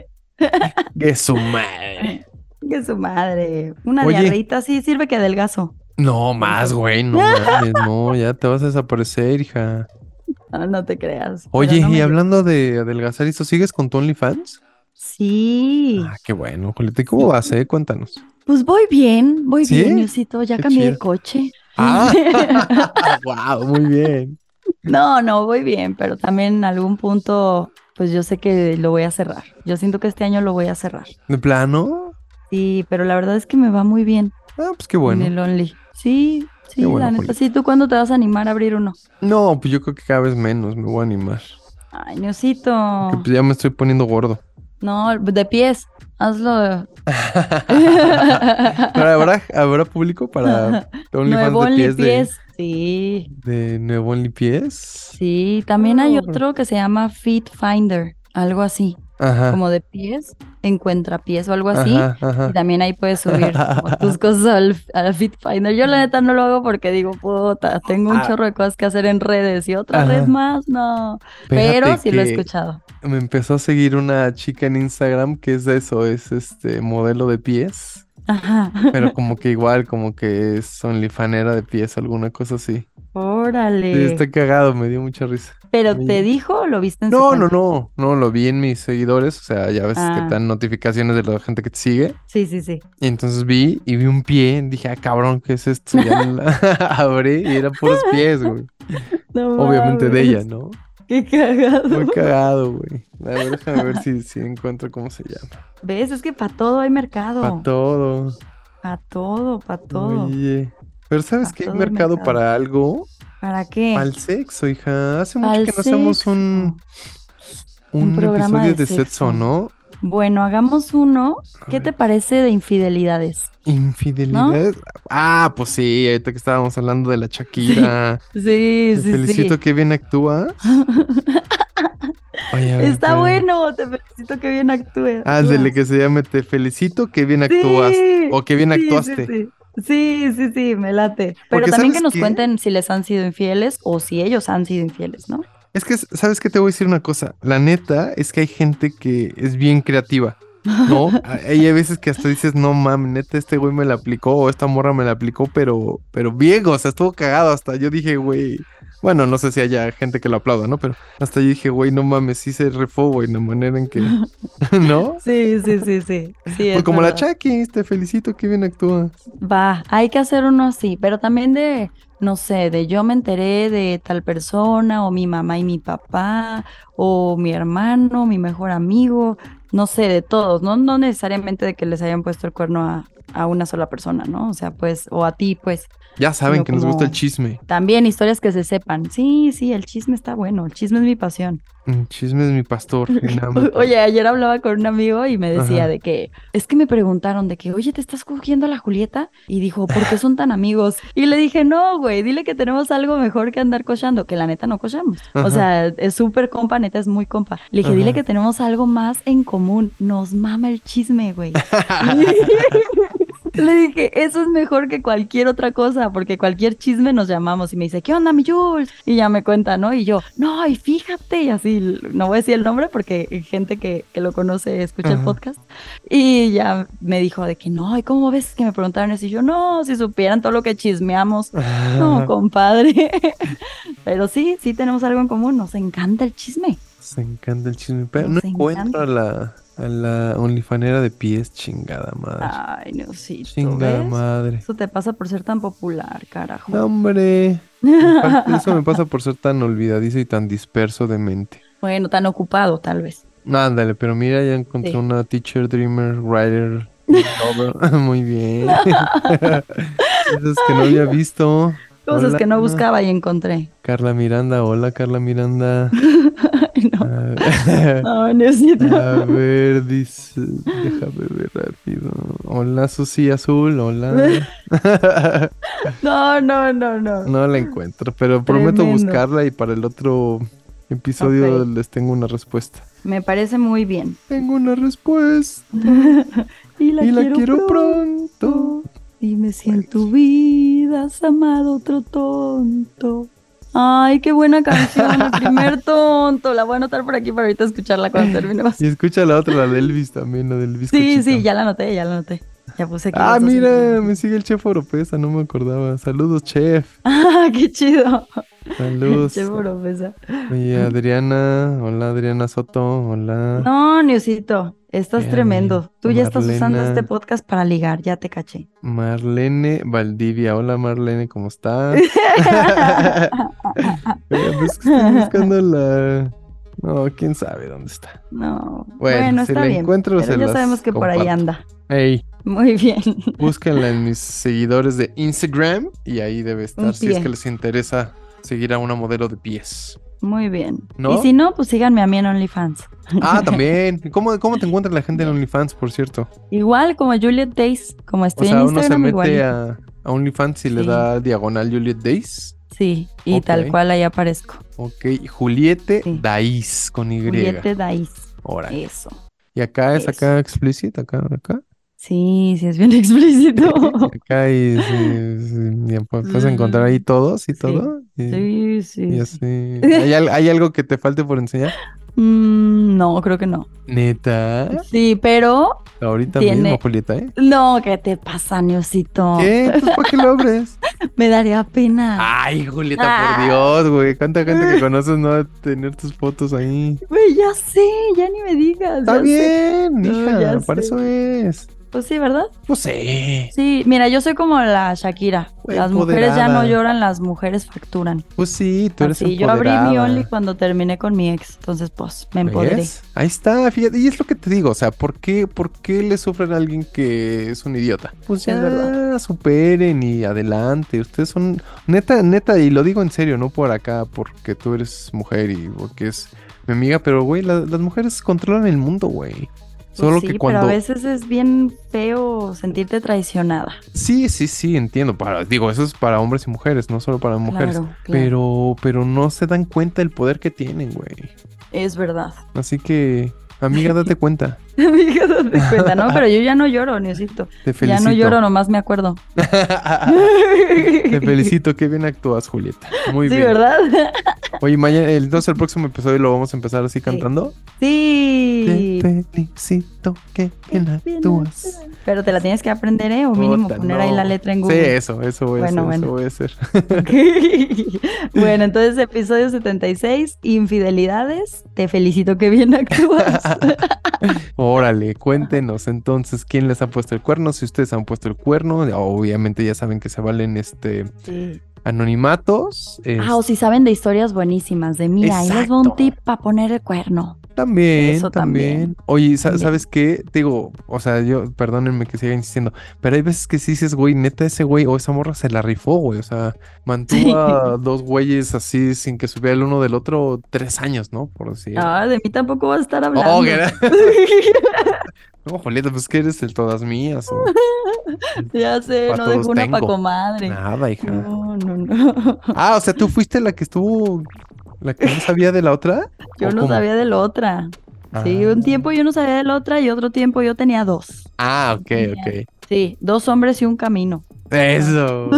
S1: Que su madre.
S2: Que su madre. Una
S1: Oye.
S2: diarreita sí sirve que adelgazo.
S1: No, más, güey. No, mames, no, ya te vas a desaparecer, hija.
S2: No, Ah, no te creas. pero
S1: Oye,
S2: no
S1: y
S2: me-
S1: hablando de adelgazar, ¿y ¿esto sigues con tu OnlyFans?
S2: Sí.
S1: Ah, qué bueno, Julieta. ¿Y ¿Cómo vas, eh? Cuéntanos.
S2: Pues voy bien, voy
S1: ¿Sí?
S2: bien, Diosito. Ya
S1: Qué
S2: cambié de
S1: chido.
S2: coche.
S1: Ah, wow, muy bien.
S2: No, no, voy bien, pero también en algún punto, pues yo sé que lo voy a cerrar. Yo siento que este año lo voy a cerrar.
S1: ¿De plano?
S2: Sí, pero la verdad es que me va muy bien
S1: Ah, pues qué bueno.
S2: en el Only. Sí, sí,
S1: Qué bueno,
S2: la neta.
S1: Julieta.
S2: Sí, ¿tú cuándo te vas a animar a abrir uno?
S1: No, pues yo creo que cada vez menos me voy a animar.
S2: Ay, Diosito.
S1: Que pues ya me estoy poniendo gordo.
S2: No, de pies. Hazlo.
S1: Pero habrá, habrá público para OnlyFans
S2: Nuevo
S1: de
S2: Only
S1: pies, de-
S2: pies. Sí.
S1: De, nuevo Only pies.
S2: Sí, también hay
S1: Ah.
S2: otro que se llama Fit Finder, algo así,
S1: Ajá.
S2: como de pies, encuentra pies o algo así.
S1: Ah. Ajá, ajá.
S2: Y también ahí puedes subir como tus cosas al, al Fit Finder. Yo la neta no lo hago porque digo, puta, tengo un
S1: Mm. Ah.
S2: chorro de cosas que hacer en redes y otra
S1: Ajá.
S2: red más, no.
S1: Espérate
S2: Pero sí lo he
S1: que
S2: escuchado.
S1: Me empezó a seguir una chica en Instagram que es de eso, es este modelo de pies.
S2: Ajá.
S1: Pero como que igual, como que es OnlyFanera de pies, alguna cosa así. Sí,
S2: Órale.
S1: está cagado, me dio mucha risa.
S2: Pero
S1: Oye.
S2: te dijo, o lo viste en su
S1: No, no,
S2: cuenta?
S1: no, no, lo vi en mis seguidores, o sea, ya ves que
S2: Ah.
S1: te dan notificaciones de la gente que te sigue.
S2: Sí, sí, sí.
S1: Y entonces vi y vi un pie, dije, ah, cabrón, ¿qué es esto? Ya la abrí y eran puros pies, güey.
S2: No
S1: Obviamente de
S2: mames.
S1: ella, ¿no?
S2: Qué cagado.
S1: Muy cagado, güey. A ver, déjame ver si, si encuentro cómo se llama.
S2: ¿Ves? Es que para todo hay mercado.
S1: Para todo.
S2: Para todo, para todo.
S1: Oye. Pero ¿sabes
S2: Pa'
S1: qué? Hay
S2: todo el
S1: mercado,
S2: mercado.
S1: para algo.
S2: ¿Para qué?
S1: Para el sexo, hija. Hace mucho
S2: Pa'l
S1: que no hacemos un,
S2: Un
S1: un,
S2: programa
S1: episodio
S2: de
S1: de,
S2: sexo.
S1: sexo, ¿no?
S2: Bueno, hagamos uno.
S1: A
S2: ¿Qué
S1: ver.
S2: te parece de infidelidades?
S1: Infidelidad. Ah, pues sí, ahorita que estábamos hablando de la Shakira.
S2: Sí,
S1: Te felicito que bien actúa. Oye, a ver,
S2: Está
S1: espérame.
S2: bueno, te felicito que bien actúes.
S1: Ándale, que se llame Te felicito que bien actúas.
S2: Sí,
S1: O que bien
S2: sí, sí,
S1: actuaste.
S2: Sí. Sí, sí, sí, me late. Pero
S1: Porque
S2: también
S1: ¿sabes
S2: que nos
S1: qué?
S2: cuenten si les han sido infieles o si ellos han sido infieles, ¿no?
S1: Es que, ¿sabes qué? Te voy a decir una cosa. La neta es que hay gente que es bien creativa, ¿no? A- hay veces que hasta dices, no mames, neta, este güey me la aplicó o esta morra me la aplicó, pero, pero bien, o sea, estuvo cagado hasta. Yo dije, güey, bueno, no sé si haya gente que lo aplauda, ¿no? Pero hasta yo dije, güey, no mames, sí se refó, güey, la manera en que, ¿no?
S2: Sí, sí, sí, sí. sí
S1: Pues como la Chucky, te felicito, qué bien actúa.
S2: Va, hay que hacer uno así, pero también de, no sé, de yo me enteré de tal persona, o mi mamá y mi papá, o mi hermano, mi mejor amigo, no sé, de todos, no, no necesariamente de que les hayan puesto el cuerno a, a una sola persona, ¿no? O sea, pues, o a ti, pues,
S1: Ya saben
S2: Pero
S1: que nos gusta el
S2: como-
S1: chisme.
S2: también historias que se sepan. Sí, sí, el chisme está bueno, el chisme es mi pasión.
S1: El Mm, chisme es mi pastor. el amo.
S2: O- Oye, ayer hablaba con un amigo y me decía
S1: Ajá.
S2: de que, es que me preguntaron de que, oye, ¿te estás cogiendo a la Julieta? Y dijo, ¿por qué son tan amigos? Y le dije, no, güey, dile que tenemos algo mejor que andar cochando, que la neta no cochamos. O
S1: Ajá.
S2: sea, es súper compa, neta es muy compa. Le dije, dile
S1: Ajá.
S2: que tenemos algo más en común, nos mama el chisme, güey. Le dije, eso es mejor que cualquier otra cosa, porque cualquier chisme nos llamamos y me dice, ¿qué onda, mi Jules? Y ya me cuenta, ¿no? Y yo, no, y fíjate, y así, no voy a decir el nombre porque gente que, que lo conoce escucha el
S1: Ajá.
S2: podcast. Y ya me dijo de que no, ¿y cómo ves que me preguntaron eso? Y yo, no, si supieran todo lo que chismeamos. No, compadre. Pero sí, sí tenemos algo en común, nos encanta el chisme.
S1: Se encanta el chisme, pero no
S2: Nos
S1: encuentro a la, a la OnlyFanera de pies, chingada madre.
S2: Ay, no, sí, tú
S1: chingada
S2: Ah, ves.
S1: madre.
S2: Eso te pasa por ser tan popular, carajo.
S1: No, hombre. Aparte, Eso me pasa por ser tan olvidadizo y tan disperso de mente.
S2: Bueno, tan ocupado, tal vez.
S1: No, ándale, pero mira, ya encontré
S2: Sí.
S1: una teacher, dreamer, writer, lover. Muy bien. Esas que no había visto.
S2: Cosas
S1: Hola,
S2: que no buscaba y encontré.
S1: Carla Miranda, hola Carla Miranda.
S2: Ay, no.
S1: Ah,
S2: No, no es cierto.
S1: A ver, dice, déjame ver rápido. Hola, Susi Azul, hola.
S2: No, no, no, no.
S1: No la encuentro, pero prometo
S2: Tremendo.
S1: buscarla y para el otro episodio
S2: Ok.
S1: les tengo una respuesta.
S2: Me parece muy bien.
S1: Tengo una respuesta
S2: Y la,
S1: y la
S2: quiero,
S1: quiero
S2: pronto.
S1: pronto.
S2: Dime si en tu vida has amado otro tonto. Ay, qué buena canción, el primer tonto. La voy a anotar por aquí para ahorita escucharla cuando terminemos.
S1: Y escucha la otra, la de Elvis también, la del Elvis.
S2: Sí,
S1: Cochita.
S2: sí, ya la anoté, ya la anoté. Ya puse aquí.
S1: Ah,
S2: las dos en
S1: mira,
S2: primero.
S1: me sigue el chef Oropesa, no me acordaba. Saludos, chef.
S2: Ah, qué chido.
S1: Saludos.
S2: Che, profesor.
S1: Y Adriana, hola Adriana Soto, hola.
S2: No, Niosito, estás
S1: Espérame,
S2: tremendo. Tú ya estás usando
S1: Marlena.
S2: este podcast para ligar, ya te caché.
S1: Marlene Valdivia. Hola Marlene, ¿cómo estás? Oiga, pues es que estoy buscando la. No, quién sabe dónde está.
S2: No. Bueno,
S1: si
S2: está
S1: la
S2: bien.
S1: encuentro,
S2: pero
S1: se
S2: ya
S1: las
S2: sabemos que por ahí
S1: comparto.
S2: anda.
S1: Ey,
S2: Muy bien.
S1: búsquenla en mis seguidores de Instagram y ahí debe
S2: Un
S1: estar si es
S2: pie.
S1: que les interesa seguir a una modelo de pies.
S2: Muy bien.
S1: ¿No?
S2: Y si no, pues síganme a mí en OnlyFans.
S1: Ah, también. ¿Cómo, cómo te encuentra la gente en OnlyFans, por cierto?
S2: Igual como Juliet Days, como
S1: O
S2: estoy
S1: sea,
S2: en
S1: uno se
S2: Instagram,
S1: mete
S2: igual.
S1: a, a OnlyFans y le
S2: Sí.
S1: da diagonal Juliet Days.
S2: Sí, y tal
S1: Ok.
S2: cual ahí aparezco.
S1: Ok, Juliette
S2: Sí.
S1: Dais con Y. Ah.
S2: Juliette Days.
S1: Órale.
S2: Eso.
S1: Y acá es
S2: Eso.
S1: acá explícita, acá, acá.
S2: Sí, sí, es bien explícito.
S1: Acá y, sí, sí, y pa- puedes encontrar ahí todos y
S2: Mm, Sí,
S1: todo. Y,
S2: Sí, sí.
S1: y
S2: sí.
S1: así. ¿Hay, al- hay algo que te falte por enseñar?
S2: Mm, no, creo que no.
S1: Neta.
S2: Sí, pero
S1: Ahorita
S2: Tiene-
S1: mismo, Julieta, ¿eh?
S2: No, ¿qué te pasa, Niosito?
S1: ¿Qué? Pues para que lo abres.
S2: Me daría pena.
S1: Ay, Julieta,
S2: Ah.
S1: por Dios, güey. ¿Cuánta gente que conoces no va a tener tus fotos ahí?
S2: Güey, ya sé, ya ni me digas.
S1: Está
S2: Pues ya sé.
S1: bien,
S2: No,
S1: hija,
S2: ya
S1: para
S2: sé.
S1: eso es.
S2: Pues sí, ¿verdad?
S1: No sé.
S2: Sí, mira, yo soy como la Shakira. Las mujeres ya no
S1: Empoderada.
S2: lloran, las mujeres facturan.
S1: Pues sí, tú eres
S2: Así, yo abrí mi
S1: empoderada.
S2: Only cuando terminé con mi ex. Entonces, pues, me empoderé.
S1: ¿Ves? Ahí está, fíjate, y es lo que te digo, o sea, ¿por qué, por qué le sufren a alguien que es un idiota? Pues
S2: Es verdad.
S1: ya, superen y adelante, ustedes son, neta, neta, y lo digo en serio, no por acá, porque tú eres mujer y porque es mi amiga, pero güey, la- las mujeres controlan el mundo, güey.
S2: Pues
S1: Solo
S2: sí,
S1: que cuando...
S2: pero a veces es bien feo sentirte traicionada.
S1: Sí, sí, sí, entiendo, para, digo, eso es para hombres y mujeres, no solo para mujeres.
S2: Claro, claro.
S1: Pero, pero no se dan cuenta del poder que tienen, güey.
S2: Es verdad.
S1: Así que, amiga, date cuenta.
S2: Amiga, date cuenta, ¿no? Pero yo ya no lloro, Niosito.
S1: Te
S2: Ya
S1: felicito. Ah,
S2: no lloro, nomás me acuerdo.
S1: Te felicito, qué bien actúas, Julieta. Muy
S2: Sí,
S1: bien.
S2: ¿verdad?
S1: Oye, mañana, el- entonces el próximo episodio lo vamos a empezar así cantando.
S2: Sí.
S1: Te felicito, qué bien actúas.
S2: Pero te la tienes que aprender, ¿eh? O mínimo
S1: Puta,
S2: poner
S1: no.
S2: ahí la letra en
S1: Sí,
S2: Google.
S1: eso, eso voy a
S2: Bueno,
S1: hacer,
S2: bueno.
S1: eso voy a hacer.
S2: Ok. bueno, entonces episodio 76, infidelidades. Te felicito que bien actúas.
S1: Órale, cuéntenos entonces quién les ha puesto el cuerno, si ustedes han puesto el cuerno, obviamente ya saben que se valen este
S2: Sí.
S1: anonimatos.
S2: Ah, o si saben de historias buenísimas, de mira, ahí les va
S1: Exacto.
S2: un tip para poner el cuerno.
S1: También,
S2: Eso
S1: también.
S2: también.
S1: Oye, sa-
S2: También.
S1: ¿sabes qué? Te digo, o sea, yo, perdónenme que siga insistiendo, pero hay veces que sí dices, güey, neta, ese güey o esa morra se la rifó, güey. O sea, mantuvo
S2: Sí.
S1: a dos güeyes así sin que supiera el uno del otro tres años, ¿no? Por decir.
S2: Ah, de mí tampoco vas a estar hablando.
S1: Oh, que- no, Julieta, pues que eres el todas mías o
S2: ya sé,
S1: Pa'
S2: no
S1: todos
S2: dejo una pa'
S1: tengo.
S2: comadre.
S1: nada, hija.
S2: No, no, no.
S1: Ah, o sea, tú fuiste la que estuvo, la que no sabía de la otra.
S2: Yo
S1: ¿O
S2: no
S1: cómo?
S2: sabía de la otra. Sí,
S1: Ah.
S2: un tiempo yo no sabía de la otra y otro tiempo yo tenía dos.
S1: Ah, ok,
S2: Tenía-
S1: ok.
S2: Sí, dos hombres y un camino.
S1: Eso.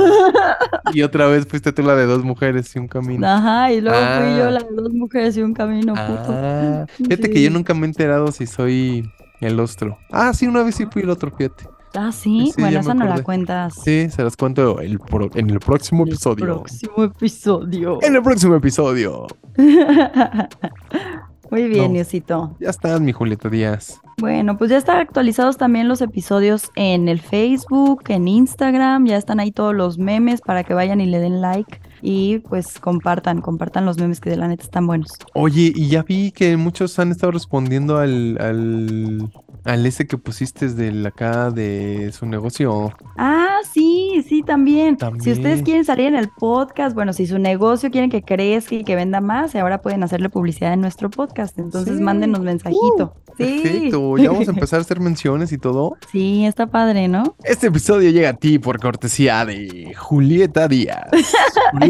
S1: y otra vez fuiste tú la de dos mujeres y un camino.
S2: Ajá, y luego fui yo
S1: Ah.
S2: la de dos mujeres y un camino, puto.
S1: Ah, fíjate que yo
S2: Sí.
S1: nunca me he enterado si soy el ostro. Ah, sí, una vez sí fui el otro, fíjate.
S2: Ah, sí,
S1: Sí, sí,
S2: bueno,
S1: ya
S2: esa
S1: me
S2: no la
S1: acordé.
S2: cuentas.
S1: Sí, se las cuento el pro- en el próximo
S2: El
S1: episodio.
S2: próximo episodio.
S1: En el próximo episodio.
S2: Muy bien,
S1: No.
S2: Niosito.
S1: Ya estás, mi Julieta Díaz.
S2: Bueno, pues ya están actualizados también los episodios en el Facebook, en Instagram, ya están ahí todos los memes para que vayan y le den like y pues compartan, compartan los memes que de la neta están buenos.
S1: Oye, y ya vi que muchos han estado respondiendo al, al, al ese que pusiste del acá de su negocio.
S2: Ah, sí, sí, también. Si ustedes
S1: También.
S2: quieren salir en el podcast, bueno, si su negocio quieren que crezca y que venda más, ahora pueden hacerle publicidad en nuestro podcast. Entonces
S1: Sí. Uh,
S2: mándenos mensajito. sí.
S1: Perfecto, ya vamos a empezar a hacer menciones y todo.
S2: Sí, está padre, ¿no?
S1: Este episodio llega a ti por cortesía de Julieta Díaz. Julieta Díaz.
S2: el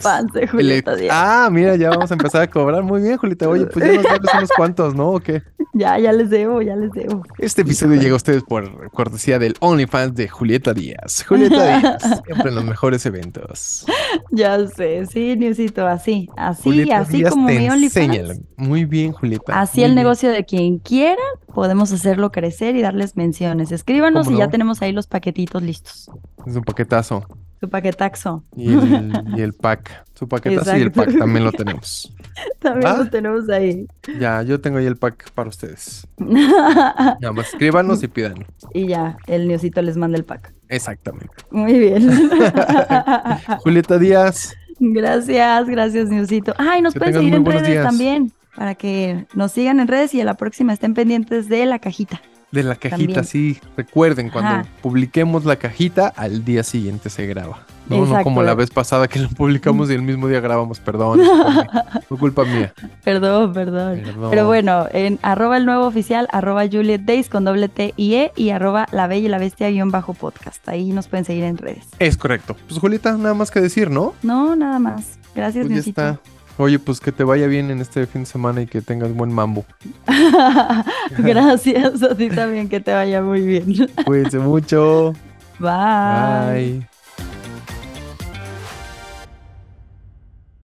S2: OnlyFans de
S1: El
S2: Julieta
S1: ex-
S2: Díaz.
S1: Ah, mira, ya vamos a empezar a cobrar. Muy bien, Julita. Oye, pues ya nos debes unos cuantos, ¿no? ¿O qué?
S2: Ya, ya les debo, ya les debo.
S1: Este episodio llega a ustedes por cortesía del OnlyFans de Julieta Díaz. Julieta Díaz, siempre en los mejores eventos.
S2: Ya sé, sí, Newsito, así, así,
S1: Julieta
S2: así
S1: Díaz
S2: como
S1: te
S2: mi
S1: enseña.
S2: OnlyFans.
S1: Muy bien, Julieta.
S2: Así
S1: muy
S2: el
S1: bien.
S2: negocio de quien quiera, podemos hacerlo crecer y darles menciones. Escríbanos
S1: ¿Cómo
S2: y ya
S1: no?
S2: tenemos ahí los paquetitos listos.
S1: Es un paquetazo.
S2: Su paquetaxo.
S1: Y el, y el pack. Su paquetazo y el
S2: Exacto.
S1: pack también lo tenemos.
S2: También
S1: ¿Va?
S2: lo tenemos ahí.
S1: Ya, yo tengo ahí el pack para ustedes. Nada más escríbanos y pídanlo.
S2: y ya, el Niosito les manda el pack.
S1: Exactamente.
S2: Muy bien. Ah.
S1: Julieta Díaz.
S2: gracias, gracias, Niosito. Ay, nos
S1: Que
S2: pueden
S1: tengan
S2: seguir
S1: muy
S2: en
S1: buenos
S2: redes
S1: días.
S2: también, para que nos sigan en redes y a la próxima estén pendientes de la cajita.
S1: De la cajita,
S2: También.
S1: sí. Recuerden, cuando
S2: Ajá.
S1: publiquemos la cajita, al día siguiente se graba. No, no
S2: Exacto.
S1: como la vez pasada que lo publicamos y el mismo día grabamos, perdón. Fue culpa mía.
S2: Perdón, perdón. Pero
S1: Perdón.
S2: bueno, en arroba el nuevo oficial, arroba Juliet Days con doble T y E y arroba la bella y la bestia guión bajo podcast. Ahí nos pueden seguir en redes.
S1: Es correcto. Pues Julieta, nada más que decir, ¿no?
S2: No, nada más. Gracias,
S1: Pues ya
S2: Niosito.
S1: está. Oye, pues que te vaya bien en este fin de semana y que tengas buen mambo.
S2: Gracias a ti también, que te vaya muy bien.
S1: Cuídense mucho.
S2: Bye.
S1: Bye.